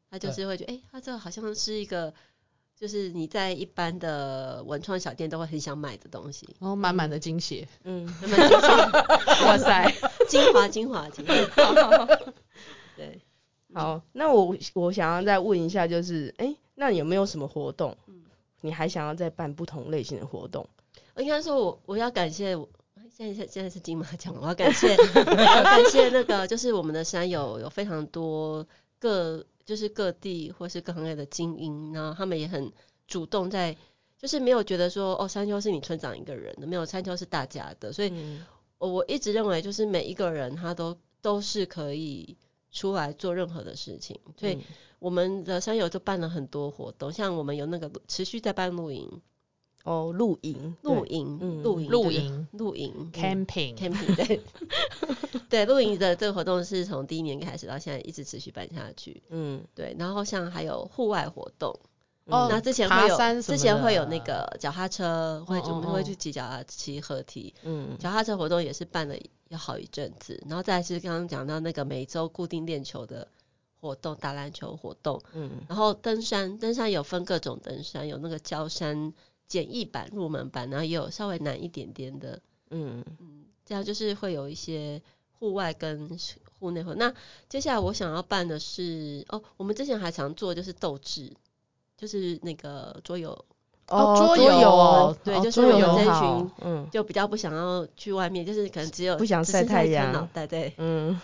S5: 它就是会觉得哎，诶它这个好像是一个。就是你在一般的文创小店都会很想买的东西，
S10: 然后哦满满的惊喜，
S9: 嗯，
S5: 有没有精华
S10: 哇塞！
S5: (laughs) 精华精华
S10: (laughs)
S5: 精华， (laughs) 对，
S9: 好，那我我想要再问一下，就是哎、诶那有没有什么活动？
S5: 嗯
S9: 你还想要再办不同类型的活动？
S5: 呃应该说我我要感谢我。现在现在是金马奖，我要感谢， (laughs) 我要感谢那个，就是我们的山友有非常多各就是各地或是各行业的精英，然后他们也很主动在，就是没有觉得说哦山丘是你村长一个人的，没有山丘是大家的，所以
S9: 嗯
S5: 我我一直认为就是每一个人他都都是可以出来做任何的事情，所以
S9: 嗯
S5: 我们的山友就办了很多活动，像我们有那个持续在办露营，
S9: 哦，露营，对
S5: 露营，
S9: 嗯
S5: 露营，
S10: 露
S5: 对
S10: 营
S5: 露营嗯
S10: camping，
S5: camping 对 (laughs) 对露营的这个活动是从第一年开始到现在一直持续办下去，
S9: 嗯，
S5: 对，然后像还有户外活动，嗯
S10: 哦
S5: 那之前会
S10: 爬山
S5: 有
S10: 什么
S5: 之
S10: 的
S5: 前会有那个脚踏车，会
S10: 哦哦
S5: 我们会
S10: 哦
S5: 去骑脚踏骑合体，
S9: 嗯
S5: 脚踏车活动也是办了有好一阵子，然后再来是刚刚讲到那个每周固定练球的活动，打篮球活动，
S9: 嗯
S5: 然后登山，登山有分各种登山，有那个焦山简易版、入门版，然后也有稍微难一点点的，
S9: 嗯
S5: 这样就是会有一些户外跟户内活动。那接下来我想要办的是，哦，我们之前还常做就是斗志，就是那个桌游，
S10: 哦桌
S9: 游
S10: 游
S9: 哦
S10: 哦，
S5: 对
S9: 哦
S5: 就是
S9: 桌游
S5: 有这
S9: 很
S5: 一
S9: 好
S5: 群
S9: 嗯
S5: 就比较不想要去外面，就是可能只有
S9: 不想
S5: 只
S9: 晒
S5: 是
S9: 太
S5: 在看
S9: 阳
S5: 脑袋对。
S9: 嗯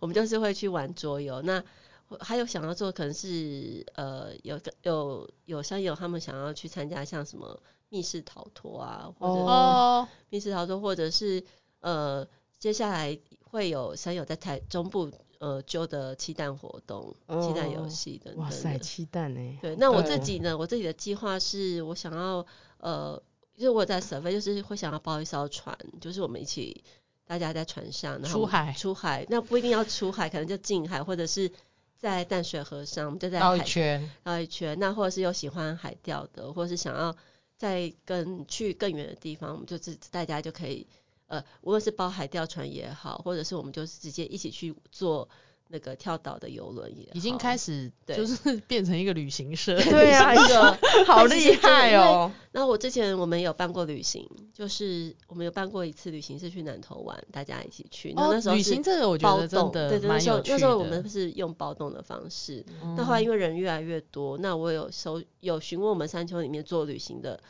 S5: 我们就是会去玩桌游。那我还有想要做，可能是呃，有个有有像有他们想要去参加像什么密室逃脱啊，或者是
S10: 哦，
S5: 密室逃脱，或者是呃，接下来会有山友在台中部。呃揪的气蛋活动、气蛋游戏等
S9: 嗯
S5: 等
S9: 哦哇
S5: 的。
S9: 塞，气蛋
S5: (laughs)
S9: 哎，
S5: 对，那我
S3: 对
S5: 自己呢？我自己的计划是我想要呃，就是我有在 survey，就是会想要包一艘船，就是我们一起大家在船上，然后
S10: 出
S5: 我们
S10: 海
S5: 出海，那不一定要出海，可能就近海，或者是在淡水河上，我们就在
S3: 绕一
S5: 海
S3: 圈，
S5: 绕一圈。呃那或者是有喜欢海钓的，或者是想要再更去更远的地方，我们就是大家就可以呃，无论是包海钓船也好，或者是我们就是直接一起去做那个跳岛的游轮也好，
S10: 已经开始
S5: 对
S10: 就是变成一个旅行社。
S9: 对 (laughs) 啊，
S5: 一个。
S9: 好
S5: 但是
S9: 厉
S5: 是真的
S9: 害哦，
S5: 那我之前我们有办过旅行，就是我们有办过一次旅行是去南投玩，大家一起去。那
S10: (laughs) 哦
S5: 那时，
S10: (laughs)
S5: 候
S10: 旅
S5: 是
S10: 行这个我觉
S5: 包
S10: 得真
S5: 栋，对，
S10: 的
S5: 那
S10: 蛮
S5: 时候
S10: 有趣的。嗯
S5: 那时候我们是用包栋的方式。那后来因为人越来越多，那我有搜有询问我们山丘里面做旅行的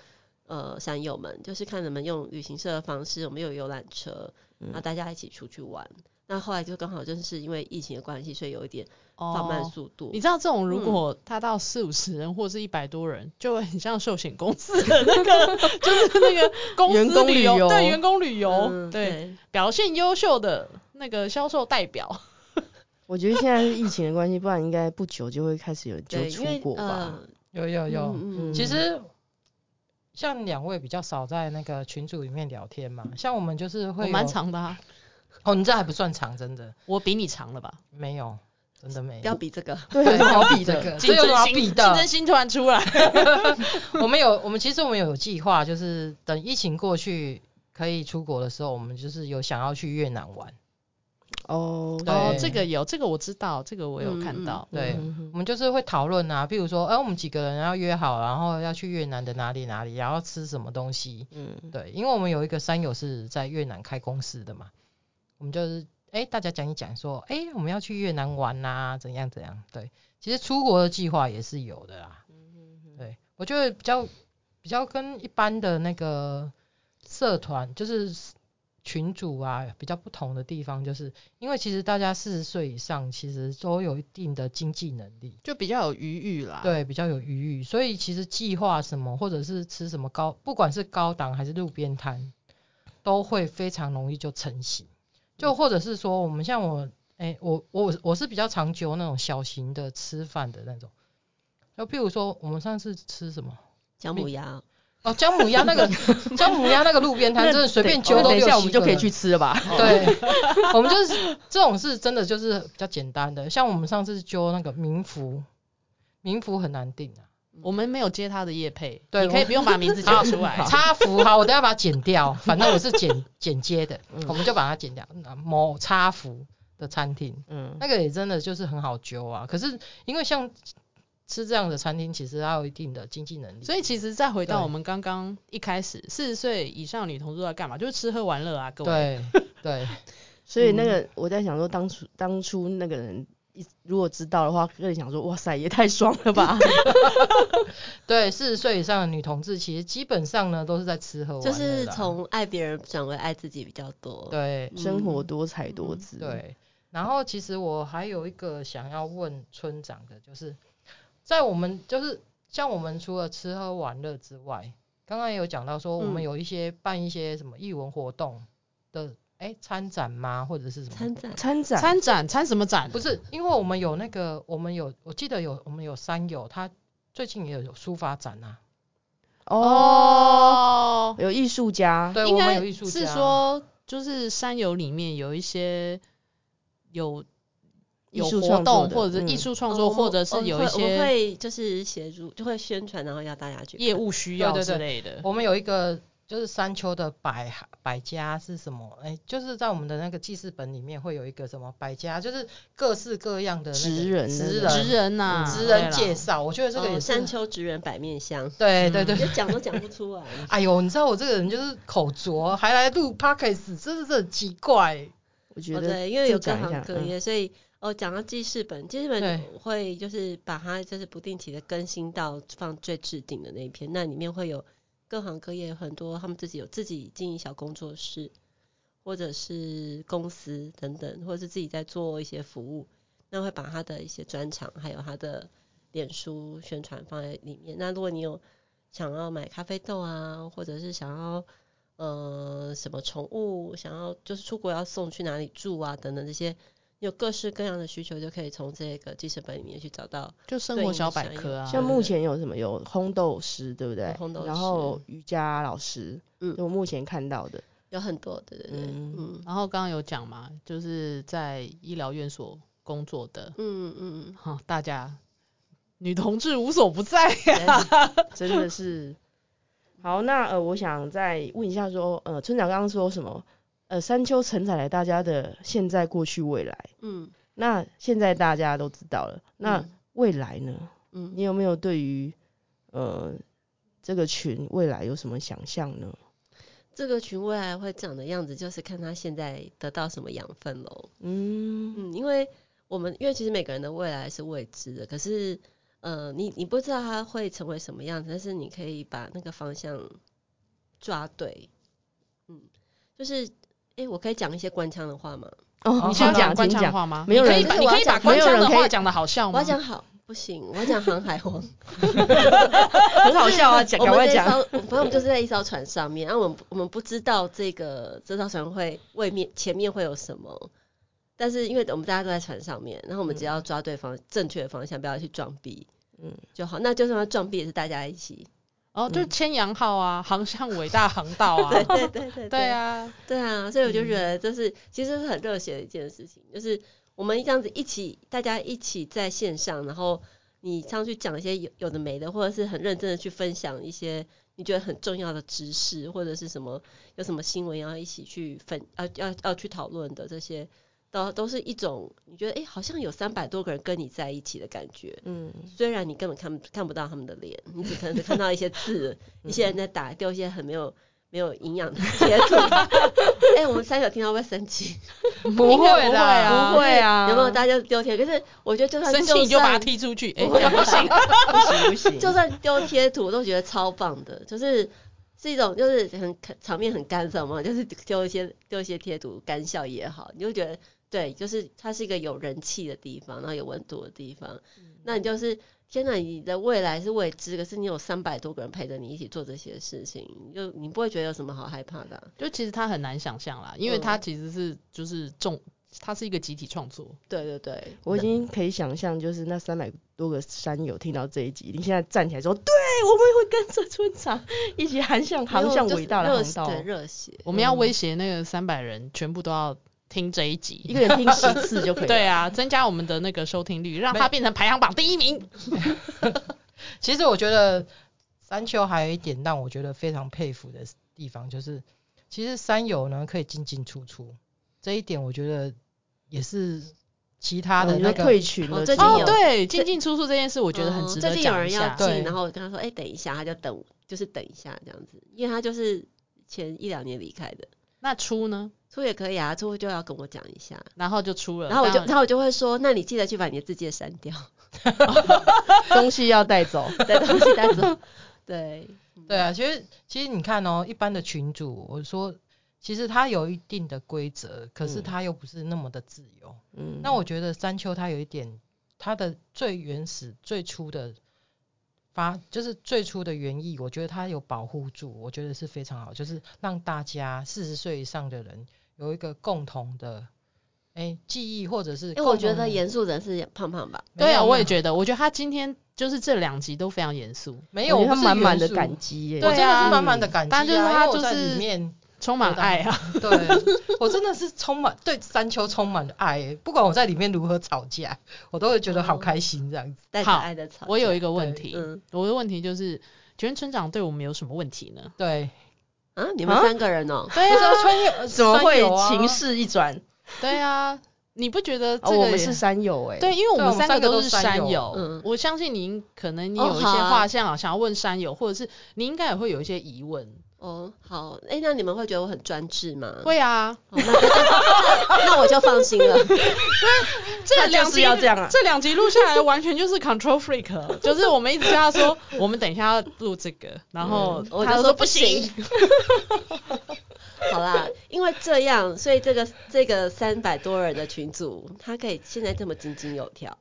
S5: 呃山友们，就是看能不能用旅行社的方式，我们有游览车，
S10: 嗯
S5: 然后大家一起出去玩。那后来就刚好就是因为疫情的关系，所以有一点放慢
S10: 哦
S5: 速度。
S10: 你知道这种如
S5: 嗯
S10: 果他到四五十人或是一百多人，就会很像寿险公司的那个， (laughs) 就是那个公
S9: 员
S10: 司
S9: 工
S10: 旅
S9: 旅
S10: 游，
S9: 游
S10: 对员工旅游，
S5: 嗯
S10: 对表现优秀的那个销售代表，
S9: 我觉得现在是疫情的关系，不然应该不久就会开始有人就
S5: 对，
S9: 出
S5: 因为
S9: 国吧。
S5: 呃，
S3: 有有有，
S5: 嗯
S3: 其实像两位比较少在那个群组里面聊天嘛，像我们就是
S10: 我
S3: 会
S10: 蛮
S3: 有
S10: 长的啊，
S3: 哦，你这还不算长，真的
S10: 我比你长了吧？
S3: 没有，真的
S10: 嗯
S3: 没
S5: 不要
S3: 有。
S5: 比这个，
S9: (laughs) 对，啊很好比
S3: 这
S9: 的。
S3: 个，这
S10: 竞
S3: 有什么
S10: 争
S3: 好
S10: 心，
S3: 比
S10: 竞
S3: 的
S10: 争？心突然出来，
S3: (laughs) 我们有，我们其实我们有计划，就是等疫情过去可以出国的时候，我们就是有想要去越南玩。
S9: 哦，
S3: 对
S10: 哦，这个有，这个我知道，这个我有
S5: 嗯
S10: 看
S5: 嗯
S10: 到，
S3: 对，我们就是会讨论啊，譬如说，哎、我们几个人要约好，然后要去越南的哪里哪里，然后吃什么东西。
S9: 嗯，
S3: 对，因为我们有一个山友是在越南开公司的嘛，我们就是哎、大家讲一讲说，哎、我们要去越南玩呐、怎样怎样。对，其实出国的计划也是有的啊啦。对，我觉得比较比较跟一般的那个社团就是群主啊比较不同的地方，就是因为其实大家四十岁以上其实都有一定的经济能力。
S10: 就比较有余裕啦。，
S3: 对，比较有余裕，所以其实计划什么，或者是吃什么高，不管是高档还是路边摊，都会非常容易就成型。就或者是说，我们像我，哎、我我我是比较常揪那种小型的吃饭的那种，就譬如说我们上次吃什么。
S5: 姜
S10: 嗯
S5: 母鸭，
S3: 哦，姜母鸭
S9: (laughs)
S3: 那个姜母鸭那个路边摊，真的随便
S10: 哦
S3: 揪都
S9: 等一
S3: 六
S9: 下
S3: 七
S9: 我们就
S3: 个
S9: 可以
S3: 人
S9: 去吃哦了吧？
S3: 对， (laughs) 我们就是这种是真的就是比较简单的，像我们上次揪那个民服，民服很难定啊。
S10: 我们没有接他的业配，
S3: 对
S10: 你可以
S3: 我
S10: 不用把名字讲出来。
S3: (laughs) 插符好，我等下把它剪掉，反正我是
S10: (laughs)
S3: 剪剪接的，
S10: 嗯
S3: 我们就把它剪掉。那某插符的餐厅，
S9: 嗯，
S3: 那个也真的就是很好揪啊。可是因为像吃这样的餐厅，其实它有一定的经济能力，
S10: 所以其实再回到
S3: 对
S10: 我们刚刚一开始，四十岁以上女同志都在干嘛？就是吃喝玩乐啊，各位。
S3: 对对
S9: 所以
S5: 嗯
S9: 那个我在想说，当初当初那个人一如果知道的话，个人想说，哇塞，也太爽了
S5: (laughs)
S9: 吧！
S3: 对，四十岁以上的女同志，其实基本上呢都是在吃喝玩乐
S5: 就
S3: 啦，
S5: 是从爱别人转为爱自己比较多。嗯
S3: 对
S9: 生活多彩多姿。，
S3: 对，然后其实我还有一个想要问村长的，就是在我们就是像我们除了吃喝玩乐之外，刚刚也有讲到说我们
S5: 嗯
S3: 有一些办一些什么艺文活动的，哎、参展吗？或者是什么？
S5: 参展，
S9: 参展
S10: 参展参什么展？
S3: 不是，因为我们有那个，我们有我记得有我们有三友，他最近也有书法展啊，
S9: 哦，
S10: 哦，
S9: 有艺术家，
S3: 对，
S10: 应
S3: 我们
S10: 该
S3: 有艺术家，
S10: 是说就是山游里面有一些有有
S9: 艺术
S10: 活
S9: 创作
S10: 动，
S9: 的
S10: 或者是
S9: 嗯
S10: 艺术创
S5: 哦
S10: 作，
S5: 我们
S10: 或者
S5: 我
S10: 是
S5: 们
S10: 有
S5: 会
S10: 一
S5: 我们
S10: 些
S5: 会就是协助，就会宣传，然后要大家去看
S10: 业。务需要
S3: 对对
S10: 之
S3: 对
S10: 类的。
S9: 哦
S3: 我们有一个就是山丘的百哈百家是什么？哎、就是在我们的那个记事本里面会有一个什么百家，就是各式各样的那个
S9: 职人
S3: 职
S9: 那个
S3: 人嗯
S10: 职人呐、
S3: 职
S10: 对啦
S3: 人介绍，我觉得这个也
S5: 啊哦
S3: 是、
S5: 山丘嗯职人百面香， (laughs)
S3: 对对对
S5: 就讲都讲不
S9: (laughs)
S5: 出来。
S3: 哎呦，你知道我这个人就是口拙，还来录 podcast，真的是很奇怪。
S9: 我觉
S5: 哦
S9: 得
S5: 对，因为有各
S9: 再讲一
S5: 行
S9: 下嗯
S5: 各业，所以哦，讲到记事本，记事
S3: 对
S5: 本我会就是把它就是不定期的更新到放最置顶的那一篇，那里面会有各行各业很多他们自己有自己经营小工作室，或者是公司等等，或者是自己在做一些服务，那会把他的一些专场还有他的脸书宣传放在里面。那如果你有想要买咖啡豆啊，或者是想要呃什么宠物，想要就是出国要送去哪里住啊等等这些，你有各式各样的需求，就可以从这个记事本里面去找到。
S10: 就生活小百科啊，
S5: 对
S9: 像
S5: 对
S9: 目
S5: 对
S9: 前有什么有烘豆师，对不对？
S5: 烘豆
S9: 然
S5: 师
S9: 后瑜伽老师，
S5: 嗯
S9: 就我目前看到的，
S5: 有很多，对对对，嗯
S10: 然后刚刚有讲嘛，就是在医疗院所工作的，
S5: 嗯嗯
S10: 哈，大家女同志无所不在呀、
S5: (laughs)
S9: 真的是。好，那呃，我想再问一下说，呃，村长刚刚说什么？呃，山丘承载了大家的现在、过去、未来。
S5: 嗯
S9: 那现在大家都知道了，那
S5: 嗯
S9: 未来呢？
S5: 嗯
S9: 你有没有对于呃这个群未来有什么想象呢？
S5: 这个群未来会长的样子，就是看他现在得到什么养分喽。
S9: 嗯，
S5: 嗯，因为我们因为其实每个人的未来是未知的，可是呃，你你不知道他会成为什么样子，但是你可以把那个方向抓对。嗯，就是诶，我可以讲一些官腔的话吗？
S9: 哦，
S5: 嗯
S10: 你
S9: 先
S10: 现在
S9: 讲，
S10: 官
S9: 请
S10: 腔
S9: 讲。
S10: 话吗？
S9: 没有
S10: 你可
S9: 人
S10: 以把
S5: 就是
S10: 你
S5: 我
S10: 可
S5: 要
S10: 以把
S5: 讲
S10: 官
S9: 没有
S10: 腔的
S9: 人可
S10: 话
S9: 以
S10: 讲的好笑
S5: 我
S10: 吗？
S5: 要讲好，不行，我要讲航海王。
S9: 很好笑啊，讲，
S5: 我
S9: 赶
S5: 们
S9: 快
S5: 这一艘，
S9: 讲。
S5: 我反正我们就是在一艘船上面，然后我们我们不知道这个这艘船会外面前面会有什么，但是因为我们大家都在船上面，然后我们只要抓对方、正确的方向，不要去撞壁，
S9: 嗯
S5: 嗯，就好。那就算要撞壁，也是大家一
S9: (laughs)
S5: 起。
S10: (laughs)
S3: 嗯
S10: 哦，
S9: 嗯
S10: 就是千阳号啊，航向伟大航道
S5: (laughs)
S10: 啊，
S5: 对对对对
S10: 对，啊，
S5: 对啊，所以我就觉得这是、其实是很热血的一件事情，就是我们这样子一起，大家一起在线上，然后你上去讲一些有有的没的，或者是很认真的去分享一些你觉得很重要的知识，或者是什么有什么新闻要一起去分要要要去讨论的这些。都都是一种你觉得哎、诶好像有三百多个人跟你在一起的感觉，
S9: 嗯，
S5: 虽然你根本看不看不到他们的脸，你只可能只看到一些字，
S10: 嗯
S5: 一些人在打掉一些很没有没有营养的截图。
S10: (laughs)
S5: 哎、我们三友听到会不会生气？
S10: 不会的啊，
S9: 不会啊，
S5: 有没有大家丢贴？可是我觉得就算
S10: 生气你就把他
S5: 算
S10: 踢出去，哎、这样不
S9: (laughs)
S10: 行，
S9: 不行不行，
S5: (laughs) 就算丢贴图，我都觉得超棒的，就是是一种就是很场面很干燥嘛，就是丢一些丢一些贴图干笑也好，你就觉得对，就是它是一个有人气的地方，然后有温度的地方。
S10: 嗯
S5: 那你就是天哪，你的未来是未知，可是你有三百多个人陪着你一起做这些事情，你就你不会觉得有什么好害怕的啊、
S10: 就其实他很难想象啦，因为
S5: 嗯
S10: 他其实是就是重，他是一个集体创作，
S5: 对对对，
S9: 我已经可以想象，就是那三百多个山友听到这一集，你现在站起来说，对，我们会跟着村长一起航向航向伟大的
S5: 热
S9: 航道，哦嗯
S5: 对热血。
S10: 我们要威胁那个三百人全部都要听这一集，
S9: 一个人听十次就可以
S10: (laughs)
S9: 了。
S10: 对啊，增加我们的那个收听率，让他变成排行榜第一名。
S3: 其实我觉得山丘还有一点让我觉得非常佩服的地方，就是其实山友呢可以进进出出，这一点我觉得也是其他
S9: 然后
S3: 的
S9: 你
S3: 啊那
S9: 就嗯
S3: 个
S9: 退群了
S5: 哦
S9: 之
S5: 最近
S9: 后。
S10: 哦
S5: 有，
S10: 对，进进出出这件事，我觉得很
S5: 哦
S9: 嗯
S10: 值得
S5: 最近有
S10: 讲一
S5: 人要
S10: 下。
S3: 对
S5: 进，然后我跟他说：“哎、等一下。”他就等，就是等一下这样子，因为他就是前一两年离开的，
S10: 那出呢？
S5: 出也可以啊，出就要跟我讲一下。
S10: 然后就出了，
S5: 然后我就，
S10: 当
S5: 然后我就会说，那你记得去把你的字界删掉，
S9: 东西要带
S5: (laughs)
S9: 走，
S5: 对，东西
S10: (laughs)
S5: 带走。对，嗯
S3: 对啊，其实其实你看哦，一般的群主，我说其实它有一定的规则，可是
S9: 嗯
S3: 它又不是那么的自由。
S9: 嗯，
S3: 那我觉得山丘它有一点，它的最原始、最初的发，就是最初的原意，我觉得它有保护住，我觉得是非常好，就是让大家四十岁以上的人有一个共同的哎、记忆，或者是
S5: 因为我
S3: 共
S5: 觉
S3: 同
S5: 得
S3: 的
S5: 严肃人是胖胖吧，
S3: 没有
S10: 对啊，我也
S3: 没有
S10: 觉得，我觉得他今天就是这两集都非常严肃，
S3: 没有，
S9: 我
S3: 我
S9: 觉得
S3: 不
S9: 哎他
S3: 是
S9: 满满
S3: 元
S9: 的
S3: 素
S9: 感激耶。
S3: 我真的是
S10: 啊
S3: 满满的感激、啊，
S10: 但就是他
S3: 因为我
S10: 就
S3: 在
S10: 是
S3: 里面。
S10: 充满爱啊。
S3: 对我真的是充满对山丘充满了爱耶，不管我在里面如何吵架，我都会觉得好开心这样子。
S5: 带着
S10: 好
S5: 爱的草。
S10: 我有一个问题，
S5: 嗯
S10: 我的问题就是，请问村长对我们有什么问题呢？
S3: 对，
S5: 啊，你们
S9: 啊
S5: 三个人哦、
S3: 对啊，穿越呃
S9: 怎么
S3: 山
S9: 会
S3: 友啊
S9: 情势一
S3: (laughs)
S9: 转？
S10: 对啊，你不觉得这
S9: 哦，
S10: 个
S9: 我
S10: 也
S9: 们是山友哎，
S10: 对，因为我
S3: 对
S10: 们
S3: 啊
S5: 啊
S3: 我们
S10: 三
S3: 三
S10: 个
S3: 个
S10: 都
S3: 都
S10: 是
S3: 山
S10: 山
S3: 友
S10: 友，
S5: 嗯
S10: 我相信您可能你
S5: 哦
S10: 有一些
S5: 好啊
S10: 话想、想要问山友，或者是你应该也会有一些疑问。
S5: 哦，好，哎、那你们会觉得我很专制吗？
S10: 会啊，
S5: 哦，那那 (laughs) 我就放心了。
S10: 这
S9: 那就
S10: 两
S9: 是
S10: 集
S9: 要这样啊
S10: 这两集录下来完全就是 control freak，就是 (laughs) 我们一直叫他说，我们等一下要录这个，然后
S5: 嗯我
S10: 他
S5: 就
S10: 说
S5: 说
S10: 不
S5: 不
S10: 行
S5: 行，好啦，因为这样，所以这个这个三百多人的群组，他可以现在这么井井有条。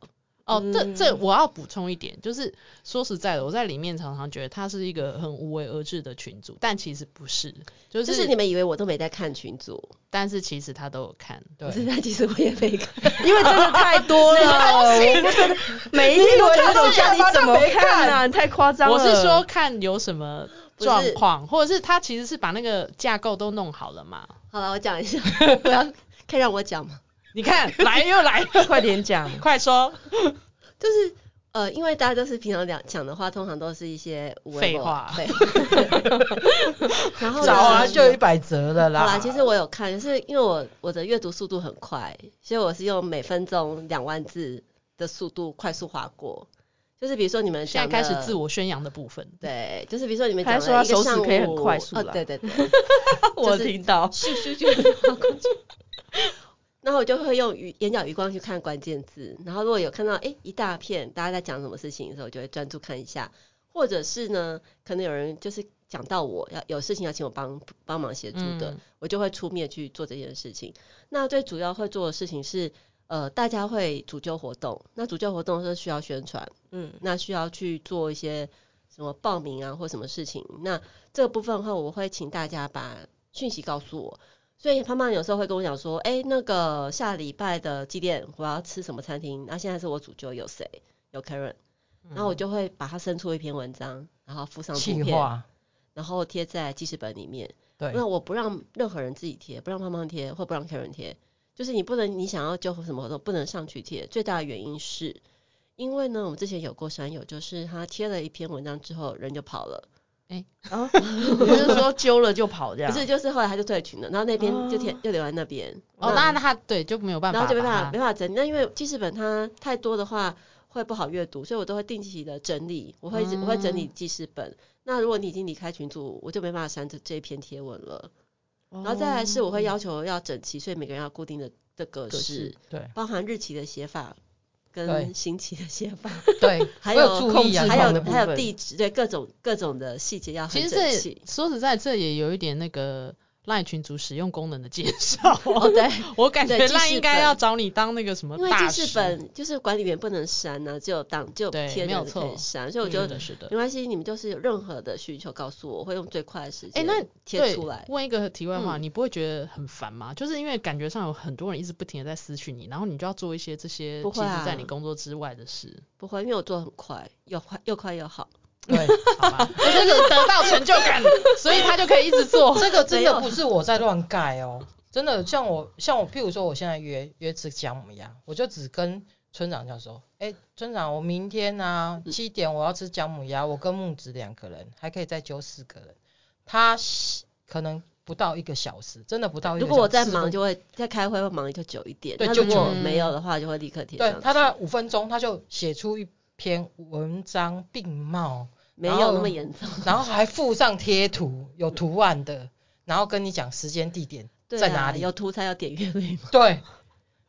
S10: 哦，这这
S5: 嗯
S10: 我要补充一点，就是说实在的，我在里面常常觉得它是一个很无为而治的群组，但其实不是，就
S5: 就是是你们以为我都没在看群组，
S10: 但是其实他都有看，
S3: 对
S5: 可，是但其实我也没看。
S9: 因为真的太
S10: (laughs)
S9: 多了，我不真的每一天都看到看，你怎么 (laughs) 看啊？你太夸张了。
S10: 我是说，看有什么
S5: 不
S10: 状
S5: 是
S10: 况，或者是他其实是把那个架构都弄好了嘛？
S5: 好了，我讲一下，我要 (laughs) 可以让我讲吗？
S10: 你看，来又
S5: (laughs)
S10: 来了，
S9: 快点讲，
S10: 快说，
S5: 就是呃，因为大家都是平常讲讲的话，通常都是一些无谓
S10: 废
S5: 不
S10: 话
S5: 废话。 (laughs) 然后呢
S3: 早啊就有一百折了
S5: 好
S3: 啦。
S5: 啦，其实我有看，就是因为我我的阅读速度很快，所以我是用每分钟两万字的速度快速划过。就是比如说你们
S10: 现在
S5: 讲
S10: 开始
S5: 的
S10: 自我宣扬的部分，
S5: (laughs) 对，就是比如说你们
S9: 他
S5: 讲
S9: 说他
S5: 了一个
S9: 手指
S5: 上午，
S9: 可以很快速
S5: 哦
S9: 啦
S5: 对对对，
S9: (laughs) 我
S5: 就是
S9: 听到，
S5: 咻咻咻划过去。然后我就会用余眼角余光去看关键字，然后如果有看到诶一大片大家在讲什么事情的时候，我就会专注看一下，或者是呢，可能有人就是讲到我要有事情要请我帮帮忙协助的，
S10: 嗯
S5: 我就会出面去做这件事情。那最主要会做的事情是，呃，大家会主救活动，那主救活动是需要宣传，
S9: 嗯，
S5: 那需要去做一些什么报名啊或什么事情。那这个部分的话，我会请大家把讯息告诉我。所以胖胖有时候会跟我讲说，哎、那个下礼拜的几点我要吃什么餐厅？那现在是我主揪有谁？有 Karen，然
S10: 嗯
S5: 后我就会把它生出一篇文章，然后附上图
S3: 气
S5: 片，
S3: 化，
S5: 然后贴在记事本里面。
S3: 对，
S5: 那我不让任何人自己贴，不让胖胖贴，或不让 Karen 贴，就是你不能，你想要救什么活动不能上去贴。最大的原因是，因为呢，我们之前有过山友，就是他贴了一篇文章之后，人就跑了，
S9: 啊， (laughs) 你是说揪了就跑这样？
S5: 不是，就是后来他就退群了，然后那边就贴、
S9: 啊哦
S5: 就留在那边，
S10: 哦，
S5: 那
S10: 当然他对就没有办法
S5: 然
S10: 把它，
S5: 后就没办法没办法整理。那因为记事本它太多的话会不好阅读，所以我都会定期的整理，我会、我会整理记事本。那如果你已经离开群组，我就没办法删这这一篇贴文了。然后再来
S9: 哦
S5: 是我会要求要整齐，所以每个人要固定的的格式，
S3: 对
S5: 包含日期的写法
S3: 对
S5: 跟星期的写法，
S3: 对，
S5: (laughs) 还
S3: 我
S5: 有
S3: 注
S9: 控
S3: 意
S9: 制
S3: 啊，
S5: 还
S9: 房的
S5: 有
S9: 部
S5: 还有
S9: 分
S5: 地址，对各种各种的细节要
S10: 其
S5: 很
S10: 实
S5: 整
S10: 这
S5: 齐。
S10: 说实在，这也有一点那个赖群组使用功能的介
S5: (laughs)
S10: 绍。
S5: 哦，对，
S10: (laughs) 我感觉
S5: 对记
S10: 赖
S5: 事
S10: 应该
S5: 本
S10: 要找你当那个什么
S5: 因为
S10: 大
S5: 记事
S10: 使
S5: 本就是管理员不能删呢、只有档只有
S10: 对
S5: 贴
S10: 没有
S5: 的可以
S10: 错嗯
S5: 删，所以我觉
S10: 是
S5: 得
S10: 的，是的
S5: 没。关系，你们就是有任何的需求告诉我，我会用最快的时
S10: 哎
S5: 间
S10: 那
S5: 贴出来。嗯
S10: 问一个题外话，你不会觉得很烦吗？就是因为感觉上有很多人一直不停的在私讯你，然后你就要做一些这些
S5: 不
S10: 其
S5: 会
S10: 实在
S5: 啊
S10: 你工作之外的
S5: (laughs)
S10: 事，
S5: 不会，因为我做得很快，又快又快又好。
S3: 对，
S10: 好吧？就是得到成就
S5: (laughs)
S10: 感，所以他就可以一直做。
S3: 这个真的不是我在乱盖哦，真的像我像我，譬如说我现在约约吃姜母鸭，我就只跟村长讲说，哎、村长，我明天啊
S5: 嗯
S3: 七点我要吃姜母鸭，我跟木子两个人，还可以再揪四个人，他可能不到一个小时，真的不
S10: 哦
S3: 到一个
S5: 如
S3: 小时。
S5: 果我在
S3: 四分
S5: 忙，就会在开会会忙就久一点。
S3: 对
S5: 那
S3: 就
S5: 如果
S10: 久
S5: 没有的话，就会立刻贴
S3: 对
S5: 上去。
S3: 他大概五分钟，他就写出一篇文章并茂，
S5: 没
S3: 然后
S5: 有那
S3: 呢
S5: 么严重。
S3: 然后还附上贴图，有图案的，然后跟你讲时间地点
S5: 对
S3: 在
S5: 啊
S3: 哪里。
S5: 有图才有点阅率嘛。
S3: 对，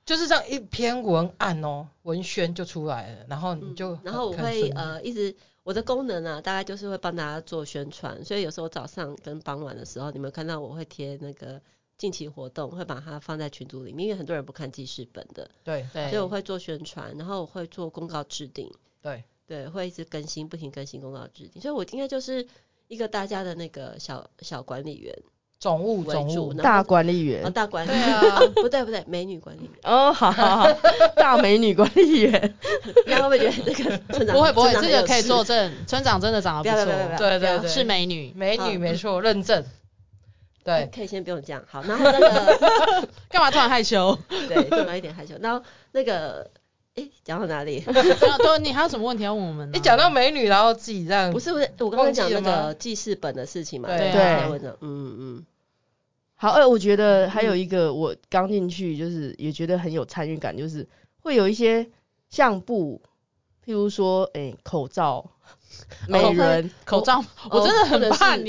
S3: 就是这样一篇文案哦，文宣就出来了，然后你就、
S5: 嗯然后我会，呃一直我的功能啊，大概就是会帮大家做宣传，所以有时候早上跟傍晚的时候，你们看到我会贴那个近期活动，会把它放在群组里面，因为很多人不看记事本的，
S3: 对
S10: 对
S5: 所以我会做宣传，然后我会做公告制定，
S3: 对
S5: 对，会一直更新，不停更新公告制定，所以我应该就是一个大家的那个小小管理员
S3: 总务
S5: 为
S3: 总
S5: 主
S3: 务，，
S5: 然后
S9: 大管理
S5: 哦
S9: 员。
S5: 大管理
S10: 对
S5: 员，
S10: 啊，
S5: 不对不对，美女管理员，
S9: 哦，好好好，大美女管理员，
S5: 大家会不会觉得这个村长
S10: 不会不会，
S5: 村长
S10: 这
S5: 很
S10: 个
S5: 有
S10: 可以
S5: 事
S10: 作证，村长真的长
S5: 不
S10: 得
S5: 要不要不要不
S10: 错，
S3: 对
S5: 要
S3: 对对，
S10: 是美女。
S3: 美
S5: 好嗯
S3: 女没错，认证，对，
S5: 可以先不用这样。好，然后那个
S10: 干嘛突然害
S5: (laughs)
S10: 羞？ (laughs)
S5: 对，突然有点害羞。然后那个，诶，讲到哪里？
S10: 没有对，你还有什么问题要问我们
S5: 哎
S10: 呢？
S3: 一讲到美女，然后自己这样
S5: 嗯不是不是，我刚
S3: 忘
S5: 刚
S3: 记
S5: 讲那
S3: 了吗
S5: 个记事本的事情嘛？
S3: 对
S10: 啊
S5: 我的，嗯嗯，
S9: 好，哎、我觉得还有一个，我刚进去就是也觉得很有参与感，就是会有一些相簿，譬如说，哎、口罩、美人、
S10: 口罩，我
S5: 哦
S10: 真的
S5: 或
S10: 很
S5: 者
S10: 怕
S5: 是嗯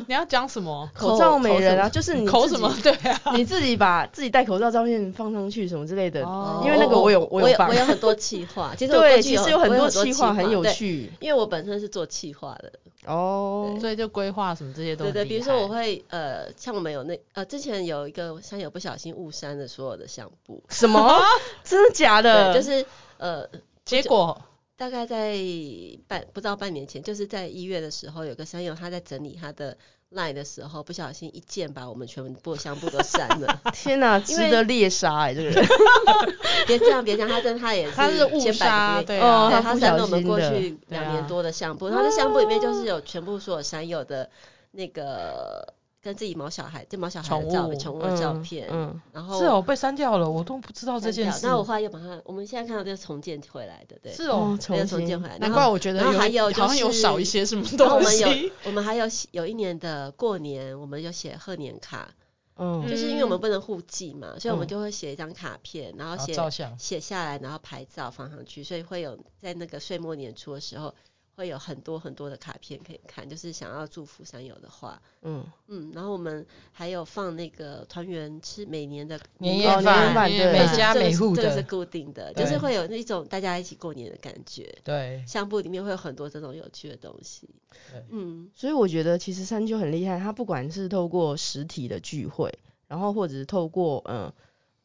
S10: 你，你要讲什么？
S9: 口罩美人啊，就是你
S10: 口什
S9: 自己
S10: 么？对啊，
S9: 你自己把自己戴口罩照片放上去什么之类的，
S10: 哦
S9: 因为那个我有
S5: 我
S9: 有
S5: 有
S9: 放
S5: 我。有很 (laughs) 多企划，其实我过
S9: 对，
S5: 去
S9: 其实
S5: 有
S9: 很
S5: 我
S9: 多
S5: 有
S9: 企
S5: 企
S9: 划很有
S5: 对，
S9: 趣
S5: 因为我本身是做企划的，
S10: (laughs)
S9: 哦。
S10: 所以就规划什么这些都
S5: 对
S10: 很
S5: 对，
S10: 厉
S5: 比如说我
S10: 害
S5: 会呃，像我们有那呃，之前有一个山友不小心误删了所有的相簿， (laughs)
S9: 什么？真的假的？
S5: 对，就是呃，
S10: 结果
S5: 大概在半不到半年前，就是在一月的时候，有个山友他在整理他的 line 的时候，不小心一键把我们全部的相簿都删
S10: (laughs)
S5: 了。
S9: 天哪，值
S5: 因为
S9: 得猎杀哎，这个人。
S5: 别这样，别这样，他真的他也
S10: 他是误
S5: 千百
S10: 杀
S5: 里面
S10: 对
S9: 哦
S10: 啊
S5: 对，
S9: 他
S5: 他
S9: 不
S5: 删
S9: 小
S5: 了我们
S9: 心
S5: 过
S9: 的
S5: 去
S10: 对
S5: 两
S10: 啊
S5: 年多的相簿，他的相簿里面就是有全部所有山友的那个跟自己毛小孩、就毛小孩的
S10: 宠物
S5: 照片、宠物的照片，
S9: 嗯，
S5: 然后
S3: 是哦，被删掉了，我都不知道这
S5: 删
S3: 件
S5: 掉
S3: 事。
S5: 那我嗯后来又把它，我们现在看到这是重建回来的，对，
S3: 是
S9: 哦
S3: 哦，，
S5: 没有
S9: 重
S5: 重
S9: 新
S5: 建回来。
S10: (laughs) 难
S5: 然
S10: 怪
S5: 后
S10: 我觉得
S5: 然后还
S10: 有
S5: 有就
S10: 好像有
S5: 是
S10: 少一些什么
S5: 然后我
S10: 东
S5: 们有
S10: 西。
S5: 我们还有写有一年的过年，我们有写贺年卡，
S9: 嗯
S5: 就是因为
S10: 嗯
S5: 我们不能互寄嘛，所以我们
S9: 嗯
S5: 就会写一张卡片，然后
S3: 然后
S5: 写
S3: 照相，
S5: 写下来，然后拍照放上去，所以会有在那个岁末年初的时候，会有很多很多的卡片可以看，就是想要祝福山友的话，
S9: 嗯，
S5: 嗯，然后我们还有放那个团圆吃每年的
S3: 年
S9: 哦
S3: 夜
S9: 年夜饭
S3: 饭，
S9: 对
S3: 每家
S5: 这个
S3: 每
S5: 是
S3: 户
S5: 这个是
S3: 的，
S5: 固定的，
S3: 对
S5: 就是会有那种大家一起过年的感觉。
S3: 对，
S5: 相簿里面会有很多这种有趣的东西
S3: 对，
S5: 嗯，
S9: 所以我觉得其实山丘很厉害，他不管是透过实体的聚会，然后或者是透过嗯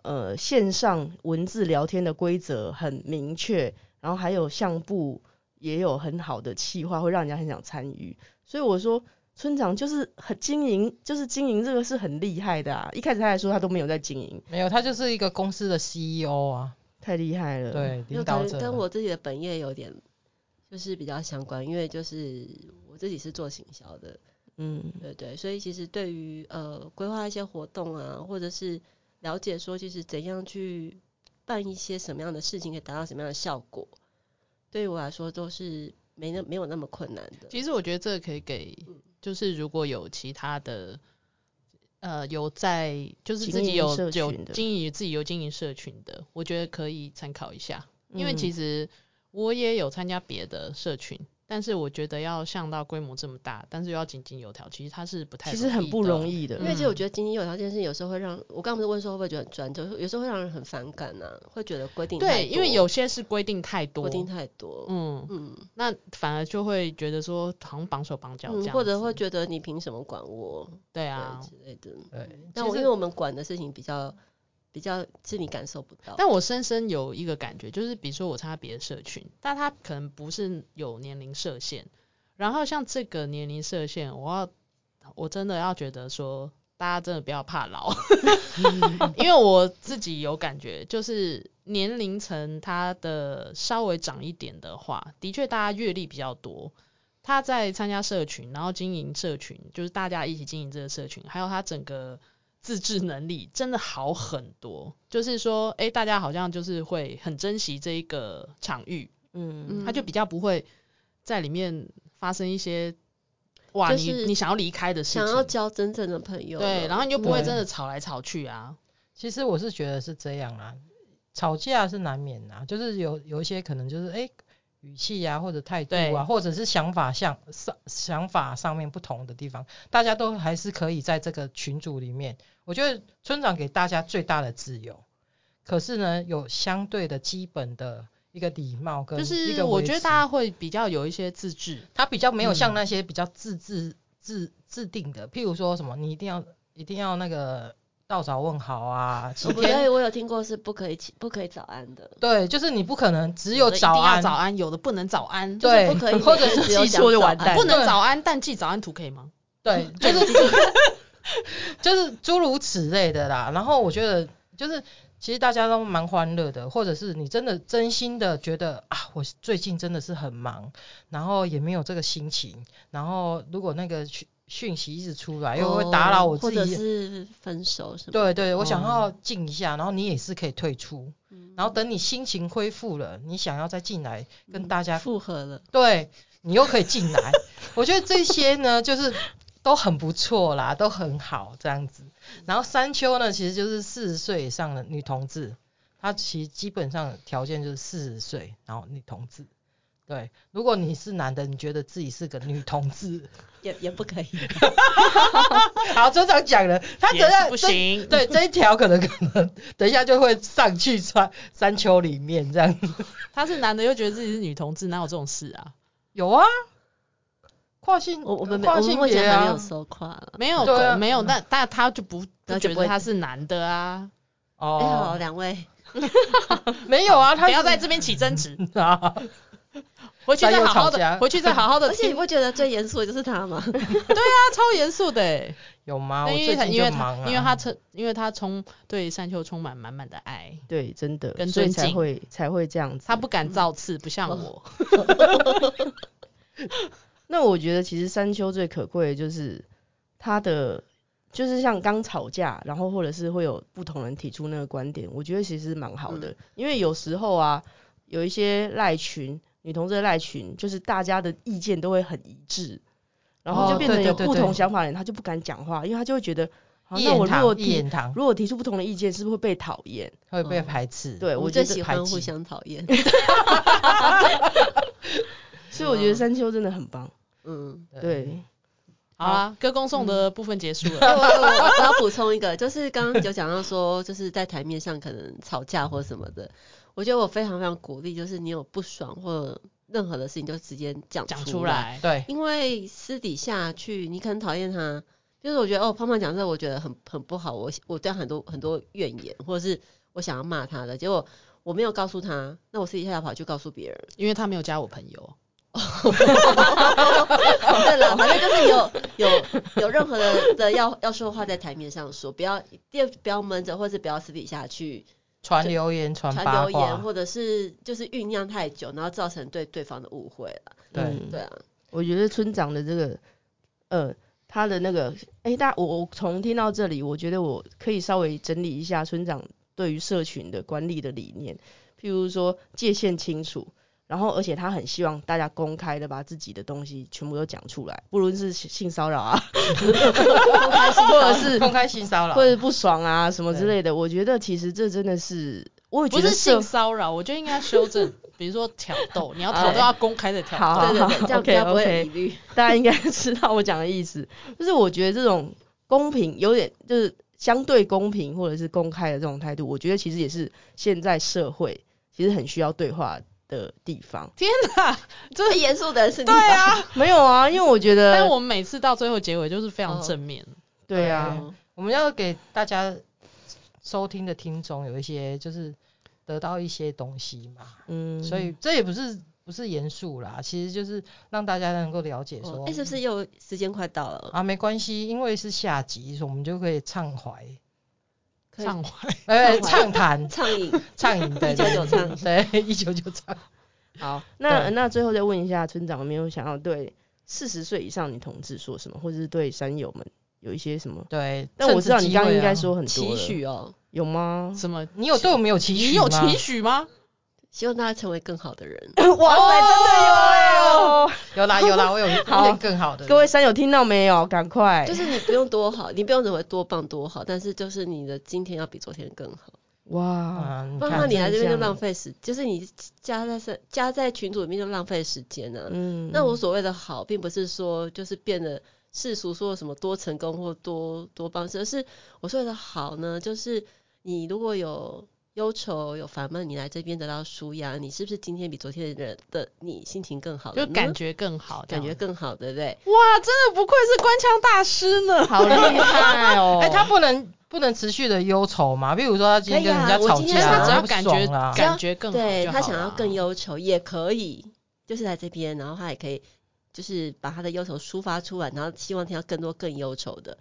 S9: 呃线上文字聊天的规则很明确，然后还有相簿也有很好的企划，会让人家很想参与。所以我说村长就是很经营，就是经营这个是很厉害的啊。一开始他还说他都没有在经营，
S3: 没有，他就是一个公司的 CEO 啊，
S9: 太厉害了。，
S3: 对，
S5: 那
S3: 领
S5: 可
S3: 导
S5: 能
S3: 者。
S5: 跟我自己的本业有点就是比较相关，因为就是我自己是做行销的，
S9: 嗯
S5: 对对，所以其实对于呃规划一些活动啊，或者是了解说就是怎样去办一些什么样的事情，可以达到什么样的效果，对于我来说都是没那没有那么困难的。
S10: (laughs) 其实我觉得这个可以给，就是如果有其他的，呃，有在就是自己
S9: 经营
S10: 有
S9: 社
S10: 有
S9: 群的
S10: 经营自己有经营社群的，我觉得可以参考一下。因为
S9: 嗯
S10: 其实我也有参加别的社群，但是我觉得要像到规模这么大，但是又要井井有条，其实它是不太
S9: 其实很不
S10: 的
S9: 容。易的
S5: 因。为其实我
S10: 嗯
S5: 觉得井井有条这件事，有时候会让我刚刚不是问说会不会觉得很专，就是有时候会让人很反感呐、会觉得规定太
S10: 对，因为
S5: 多
S10: 有些是规定太多
S5: 规，定太多，
S10: 嗯，
S5: 嗯
S10: 那反而就会觉得说好像绑手绑脚这
S5: 嗯，
S10: 样，
S5: 或者会觉得你凭什么管我，
S10: 对
S5: 对
S10: 啊。
S5: 之类的。
S3: 对，
S5: 但
S10: 其
S5: 我
S10: 实
S5: 因为我们管的事情比较比较是你感受不到的，
S10: 但我深深有一个感觉，就是比如说我参加别的社群，但它可能不是有年龄设限，然后像这个年龄设限，我要我真的要觉得说，大家真的不要怕老，因为我自己有感觉，就是年龄层他的稍微长一点的话，的确大家阅历比较多。他在参加社群，然后经营社群，就是大家一起经营这个社群，还有他整个自制能力真的好很多。就是说，哎、大家好像就是会很珍惜这一个场域，
S9: 嗯，
S10: 他就
S5: 嗯
S10: 比较不会在里面发生一些哇，
S5: 就
S10: 你
S5: 是
S10: 你想要离开的事情，
S5: 想要交真正的朋友了，
S10: 对，然后你就不会
S3: 对
S10: 真的吵来吵去啊。
S3: 其实我是觉得是这样啊，吵架是难免啊，就是有有一些可能就是哎、诶语气啊，或者态度
S10: 对
S3: 啊，或者是想法上上想法上面不同的地方，大家都还是可以在这个群组里面，我觉得村长给大家最大的自由，可是呢，有相对的基本的一个礼貌跟
S10: 就
S3: 一
S10: 是
S3: 个
S10: 我
S3: 维
S10: 觉得
S3: 持
S10: 大家会比较有一些自制，
S3: 他比较没有
S10: 嗯
S3: 像那些比较自制自制定的，譬如说什么你一定要一定要那个到早问好啊，
S5: 我
S3: 晴
S5: 不对，
S3: 天
S5: 我有听过是不可以起不可以早安的，
S3: 对，就是你不可能只
S10: 有
S3: 有
S10: 的一
S3: 早
S10: 定要
S3: 安，
S10: 早安，有的不能早安，
S5: 就是
S3: 对
S5: 不可以，
S3: 或者是
S5: 只有
S9: 记
S5: 讲
S9: 错就
S5: 早
S9: 完
S5: 安
S9: 蛋
S10: 不能
S3: 对
S10: 早安，但记早安图可以吗？
S3: 对，
S5: (laughs)
S3: 就是就是诸如此类的啦。然后我觉得就是其实大家都蛮欢乐的，或者是你真的真心的觉得啊，我最近真的是很忙，然后也没有这个心情，然后如果那个讯讯息一直出来，又哎会打扰我自己
S5: 哦或者是哦分手什么的，
S3: 对对，我
S10: 嗯
S3: 想要静一下，然后你也是可以退出，
S5: 嗯
S3: 然后等你心情恢复了，你想要再进来
S5: 嗯
S3: 跟大家，
S5: 复合了，
S3: 对你又可以进来。 (laughs) 我觉得这些呢，就是都很不错啦，都很好这样子。然后山丘呢，其实就是四十岁以上的女同志，她其实基本上条件就是四十岁，然后女同志。对，如果你是男的，你觉得自己是个女同志， (laughs)
S5: 也也不可以，
S3: 好，村长讲了，他等
S10: 也
S3: 下
S10: 是 (laughs) 不行
S3: 对这一条可能可能等一下就会上去穿山丘里面这样子。
S10: 他是男的又觉得自己是女同志，哪有这种事啊？
S3: 有啊，跨性
S5: (laughs) 我我们没我
S3: 跨
S5: 们
S3: 性
S5: 目
S3: 别
S5: 前还没有
S3: 啊，
S5: 收跨了，
S10: 没有
S3: 对啊
S10: 没有，但但他就不
S5: 那
S10: 不
S5: 就
S10: 觉
S5: 不会
S10: 得他是男的啊，
S5: 哎、好，
S3: 哦，
S5: 两位，
S3: 没有啊，他
S10: 不要在这边起争执，
S3: 边 (laughs) 啊，
S10: 回去再好好
S3: 再又吵架
S10: 的，回去再好好的
S5: (laughs) 而且
S10: 听。
S5: 你不觉得最严肃的就是他吗？
S10: 他超严肃的哎，
S3: 有吗？
S10: 那
S3: 我
S10: 因为
S3: 最
S10: 他
S3: 近
S10: 因为
S3: 就
S10: 他
S3: 忙啊，
S10: 因为他充因为他充对山丘充满满满的爱，
S9: 对，真的，
S10: 跟
S9: 所以
S10: 尊
S9: 才
S10: 敬
S9: 会才会这样子。
S10: 他不敢造次，不像我。
S9: 那我觉得其实山丘最可贵的就是他的，就是像刚吵架，然后或者是会有不同人提出那个观点，我觉得其实蛮好
S3: 嗯
S9: 的，因为有时候啊，有一些赖群女同志的赖群，就是大家的意见都会很一致，然后
S3: 哦
S9: 就变成
S3: 对
S9: 有
S3: 对对
S9: 不
S3: 对
S9: 同想法的人，他就不敢讲话，因为他就会觉得，啊
S3: 一
S9: 那我
S3: 言
S9: 如果
S3: 堂，一
S9: 提
S3: 言堂
S9: 如果提出不同的意见，是不是会被讨厌？
S3: 会被排斥。
S5: (laughs)
S9: 对
S5: 我
S9: 我
S5: 最
S9: 觉
S5: 喜
S9: 得，
S5: 欢互
S3: 挤
S5: 相讨厌。 (laughs)
S9: 所以我觉得山丘真的很棒，
S5: 嗯，
S9: 对。
S10: 好啦，歌功颂德的部分结束
S5: 哎
S10: 了。
S5: (laughs) 我我我要补充一个，就是刚刚有讲到说，就是在台面上可能吵架或什么的，我觉得我非常非常鼓励，就是你有不爽或任何的事情就直接讲
S10: 讲
S5: 出
S10: 出，来，
S3: 对，
S5: 因为私底下去你可能讨厌他，就是我觉得哦，胖胖讲这个我觉得很很不好，我我对他很多很多怨言，或者是我想要骂他的，结果我没有告诉他，那我私底下跑去告诉别人。
S10: 因为他没有加我朋友。
S5: 哦对了，反正就是有有有任何的的要要说的话在台面上说，不要第二不要闷着，或是不要私底下去
S3: 传留言、传
S5: 传
S3: 八
S5: 留言，
S3: 卦，
S5: 或者是就是酝酿太久，然后造成对对方的误会了。
S3: 对，
S9: 嗯
S5: 对啊，
S9: 我觉得村长的这个，呃，他的那个，哎、大我我从听到这里，我觉得我可以稍微整理一下村长对于社群的管理的理念，譬如说界限清楚，然后而且他很希望大家公开的把自己的东西全部都讲出来，不论是性骚扰啊， (laughs) 或者 (laughs) 是
S10: 啊
S3: 公开性骚扰
S9: 或，者不爽啊什么之类的，我觉得其实这真的是，我也
S10: 不
S9: 觉得
S10: 是
S9: 社
S10: 性骚扰，我觉得应该修正，比如说挑逗，你要挑
S9: 对
S10: 逗要公开的挑
S9: 嗯好
S10: 逗。
S5: 对对对，这样比较
S9: OK，OK
S5: 不会有疑虑。
S9: 大家应该知道我讲的意思， (laughs) 就是我觉得这种公平有点就是相对公平或者是公开的这种态度，我觉得其实也是现在社会其实很需要对话的地方。
S10: 天哪，
S5: (laughs) 最严肃的是你吧？
S9: 没有啊，因为我觉 (laughs)
S10: 但是
S9: 得
S10: 我们每次到最后结尾就是非常正面。
S9: 对啊，
S5: 嗯，
S3: 我们要给大家收听的听众有一些就是得到一些东西嘛，
S9: 嗯，
S3: 所以这也不是不是严肃啦，其实就是让大家能够了解
S5: 哦
S3: 说
S5: 哎，是不是又时间快到了？
S3: 啊没关系，因为是下集，所以我们就可以畅怀，
S5: 可以
S10: 上怀，
S3: 哎，畅
S5: 畅
S3: 谈
S5: 畅饮，
S3: (laughs) 畅饮，
S5: (laughs)
S3: 对对
S5: 1999畅
S3: 对， (laughs) 一九九畅，
S9: 好，那
S3: 对
S9: 那最后再问一下村长，有没有想要对四十岁以上女同志说什么，或者是对山友们有一些什么？
S3: 对。
S9: 但我知道
S3: 趁
S9: 你
S3: 此机会
S9: 刚刚应
S3: 啊
S9: 该，说很多
S5: 期
S9: 了，
S5: 许哦，
S9: 有吗？
S10: 什么？
S3: 你有对我们有期许
S10: 你有
S3: 吗
S10: 期许吗？
S5: 希望大家成为更好的人。
S3: 哦
S9: 哇塞，真的有哎、哦！
S3: 有啦有啦，我有有
S9: 好
S3: 点更好的。
S9: 各位山友听到没有？赶快，
S5: 就是你不用多好，你不用认为多棒多好，但是就是你的今天要比昨天更好。
S9: 哇，
S3: 啊，你
S5: 不
S3: 看
S5: 嗯然你来这边就
S9: 真的
S5: 浪费时，就是你加在身加在群组里面就浪费时间呢、
S9: 嗯，
S5: 那我所谓的好，并不是说就是变得世俗说什么多成功或多多帮助，而是我所谓的好呢，就是你如果有忧愁、有烦闷，你来这边得到舒压，你是不是今天比昨天的人的你心情更好了
S10: 就
S5: 呢？
S10: 感觉更好，
S5: 感
S10: 这
S5: 觉
S10: 样
S5: 更好，对不对？
S10: 哇，真的不愧是官腔大师呢，
S9: (laughs) 好
S3: (laughs)
S9: 厉害哦！
S3: 哎、他不能不能持续的忧愁嘛？比如说他今天跟人家
S5: 可以啊我
S3: 吵
S5: 今
S3: 架，
S5: 天
S10: 他只要
S3: 不
S10: 感
S3: 爽啊
S10: 觉
S3: 啦
S10: 感觉更好
S5: 对
S10: 就
S5: 他
S10: 好
S5: 想要
S10: 啦
S5: 更忧愁也可以，就是来这边，然后他也可以就是把他的忧愁抒发出来，然后希望听到更多更忧愁的，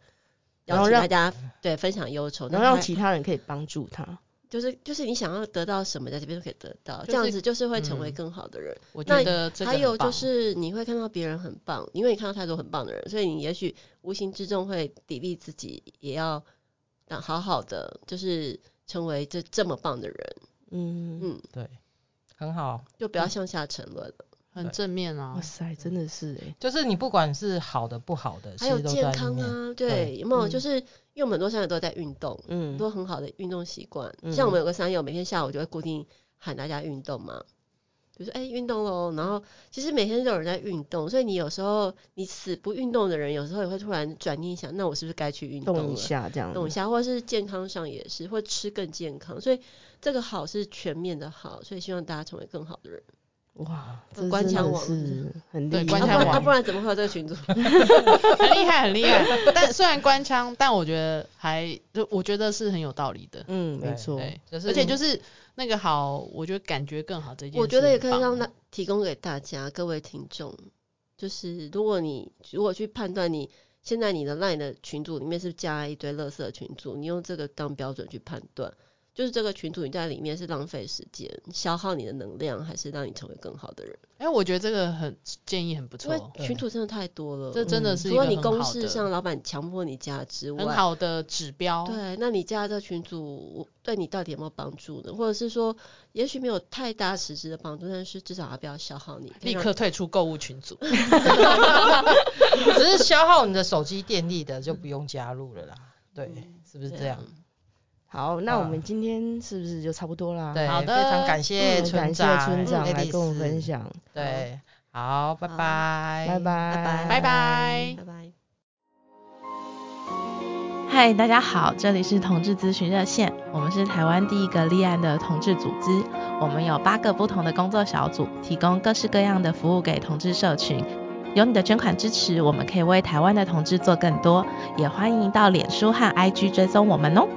S9: 然
S5: 邀
S9: 后
S5: 请大
S9: 让
S5: 家对分享忧愁，
S9: 然后
S5: 那
S9: 让
S5: 他
S9: 其他人可以帮助他。
S5: 就是就是你想要得到什么，在这边就可以得到，
S10: 就
S5: 这样
S10: 是
S5: 子就是会成为
S10: 嗯
S5: 更好的人。
S10: 我
S5: 那
S10: 觉得这个
S5: 还有
S10: 很棒
S5: 就是你会看到别人很棒，因为你看到太多很棒的人，所以你也许无形之中会砥砺自己，也要当好好的，就是成为这这么棒的人，
S9: 嗯，
S5: 嗯，
S3: 对，很好。
S5: 就不要
S10: 嗯
S5: 向下沉沦了。
S10: 很正面啊
S9: 哇。塞，真的是哎，
S3: 就是你不管是好的不好的，
S5: 还有
S3: 其实都
S5: 健
S3: 在里
S5: 康
S3: 面。
S5: 啊，对，有没有？
S9: 嗯
S5: 就是因为我们很多山友都在运动，很
S9: 嗯，
S5: 多很好的运动习惯。
S9: 嗯
S5: 像我们有个山友，每天下午就会固定喊大家运动嘛，就说哎运动喽。然后其实每天都有人在运动，所以你有时候你死不运动的人，有时候也会突然转念一想，那我是不是该去运动了？
S9: 动一下这样，
S5: 动一，下，或者是健康上也是，或吃更健康。所以这个好是全面的好，所以希望大家成为更好的人。
S9: 哇，这
S5: 官
S9: 真的
S5: 腔网
S9: 是很
S10: 对
S9: 厉
S10: 官
S5: 啊
S10: 腔
S5: 不然
S10: 网
S5: 啊不然怎么会有这个群组？
S10: 很厉害，很厉害。 (laughs) 但虽然官腔，但我觉得还就我觉得是很有道理的。
S9: 嗯，没
S3: 对
S9: 错，
S10: 对，
S3: 就是
S10: 而且就是那个好，我觉得感觉更好这件事很棒。
S5: 我觉得也可以让那提供给大家各位听众，就是如果你如果去判断你现在你的 LINE 的群组里面是加一堆垃圾群组，你用这个当标准去判断，就是这个群组你在里面是浪费时间、消耗你的能量，还是让你成为更好的人？
S10: 哎，我觉得这个很建议很不
S5: 因为
S10: 错，
S5: 群组真的太多了，嗯
S10: 这真的是
S5: 除
S10: 一个
S5: 了你
S10: 很
S5: 公
S10: 好
S5: 事
S10: 的
S5: 上老板强迫你加之
S10: 很
S5: 外，
S10: 好哦的指标。
S5: 对，啊那你加的这群组我对你到底有没有帮助呢？或者是说，也许没有太大实质的帮助，但是至少它不要消耗你，可以
S10: 立
S5: 让
S10: 刻退出购物群
S5: (laughs)
S10: 组。
S3: 只是消耗你的手机电力的就不用加入了啦。对，是不是这
S5: 对啊
S3: 样？
S9: 好，那我
S3: 啊
S9: 们今天是不是就差不多啦？
S3: 对，
S10: 好的
S3: 非常感谢
S9: 嗯
S3: 村
S9: 感谢
S3: 长，
S9: 村长
S3: 爱
S9: 来
S3: 丽
S9: 跟我们
S3: 丝
S9: 分。享，
S3: 对，好，拜
S5: 好
S3: 拜，
S9: 拜拜，
S5: 啊拜
S10: 拜拜
S5: 拜拜。
S6: 嗨，大家好，这里是同志咨询热线，我们是台湾第一个立案的同志组织，我们有八个不同的工作小组，提供各式各样的服务给同志社群。有你的捐款支持，我们可以为台湾的同志做更多，也欢迎到脸书和 IG 追踪我们哦。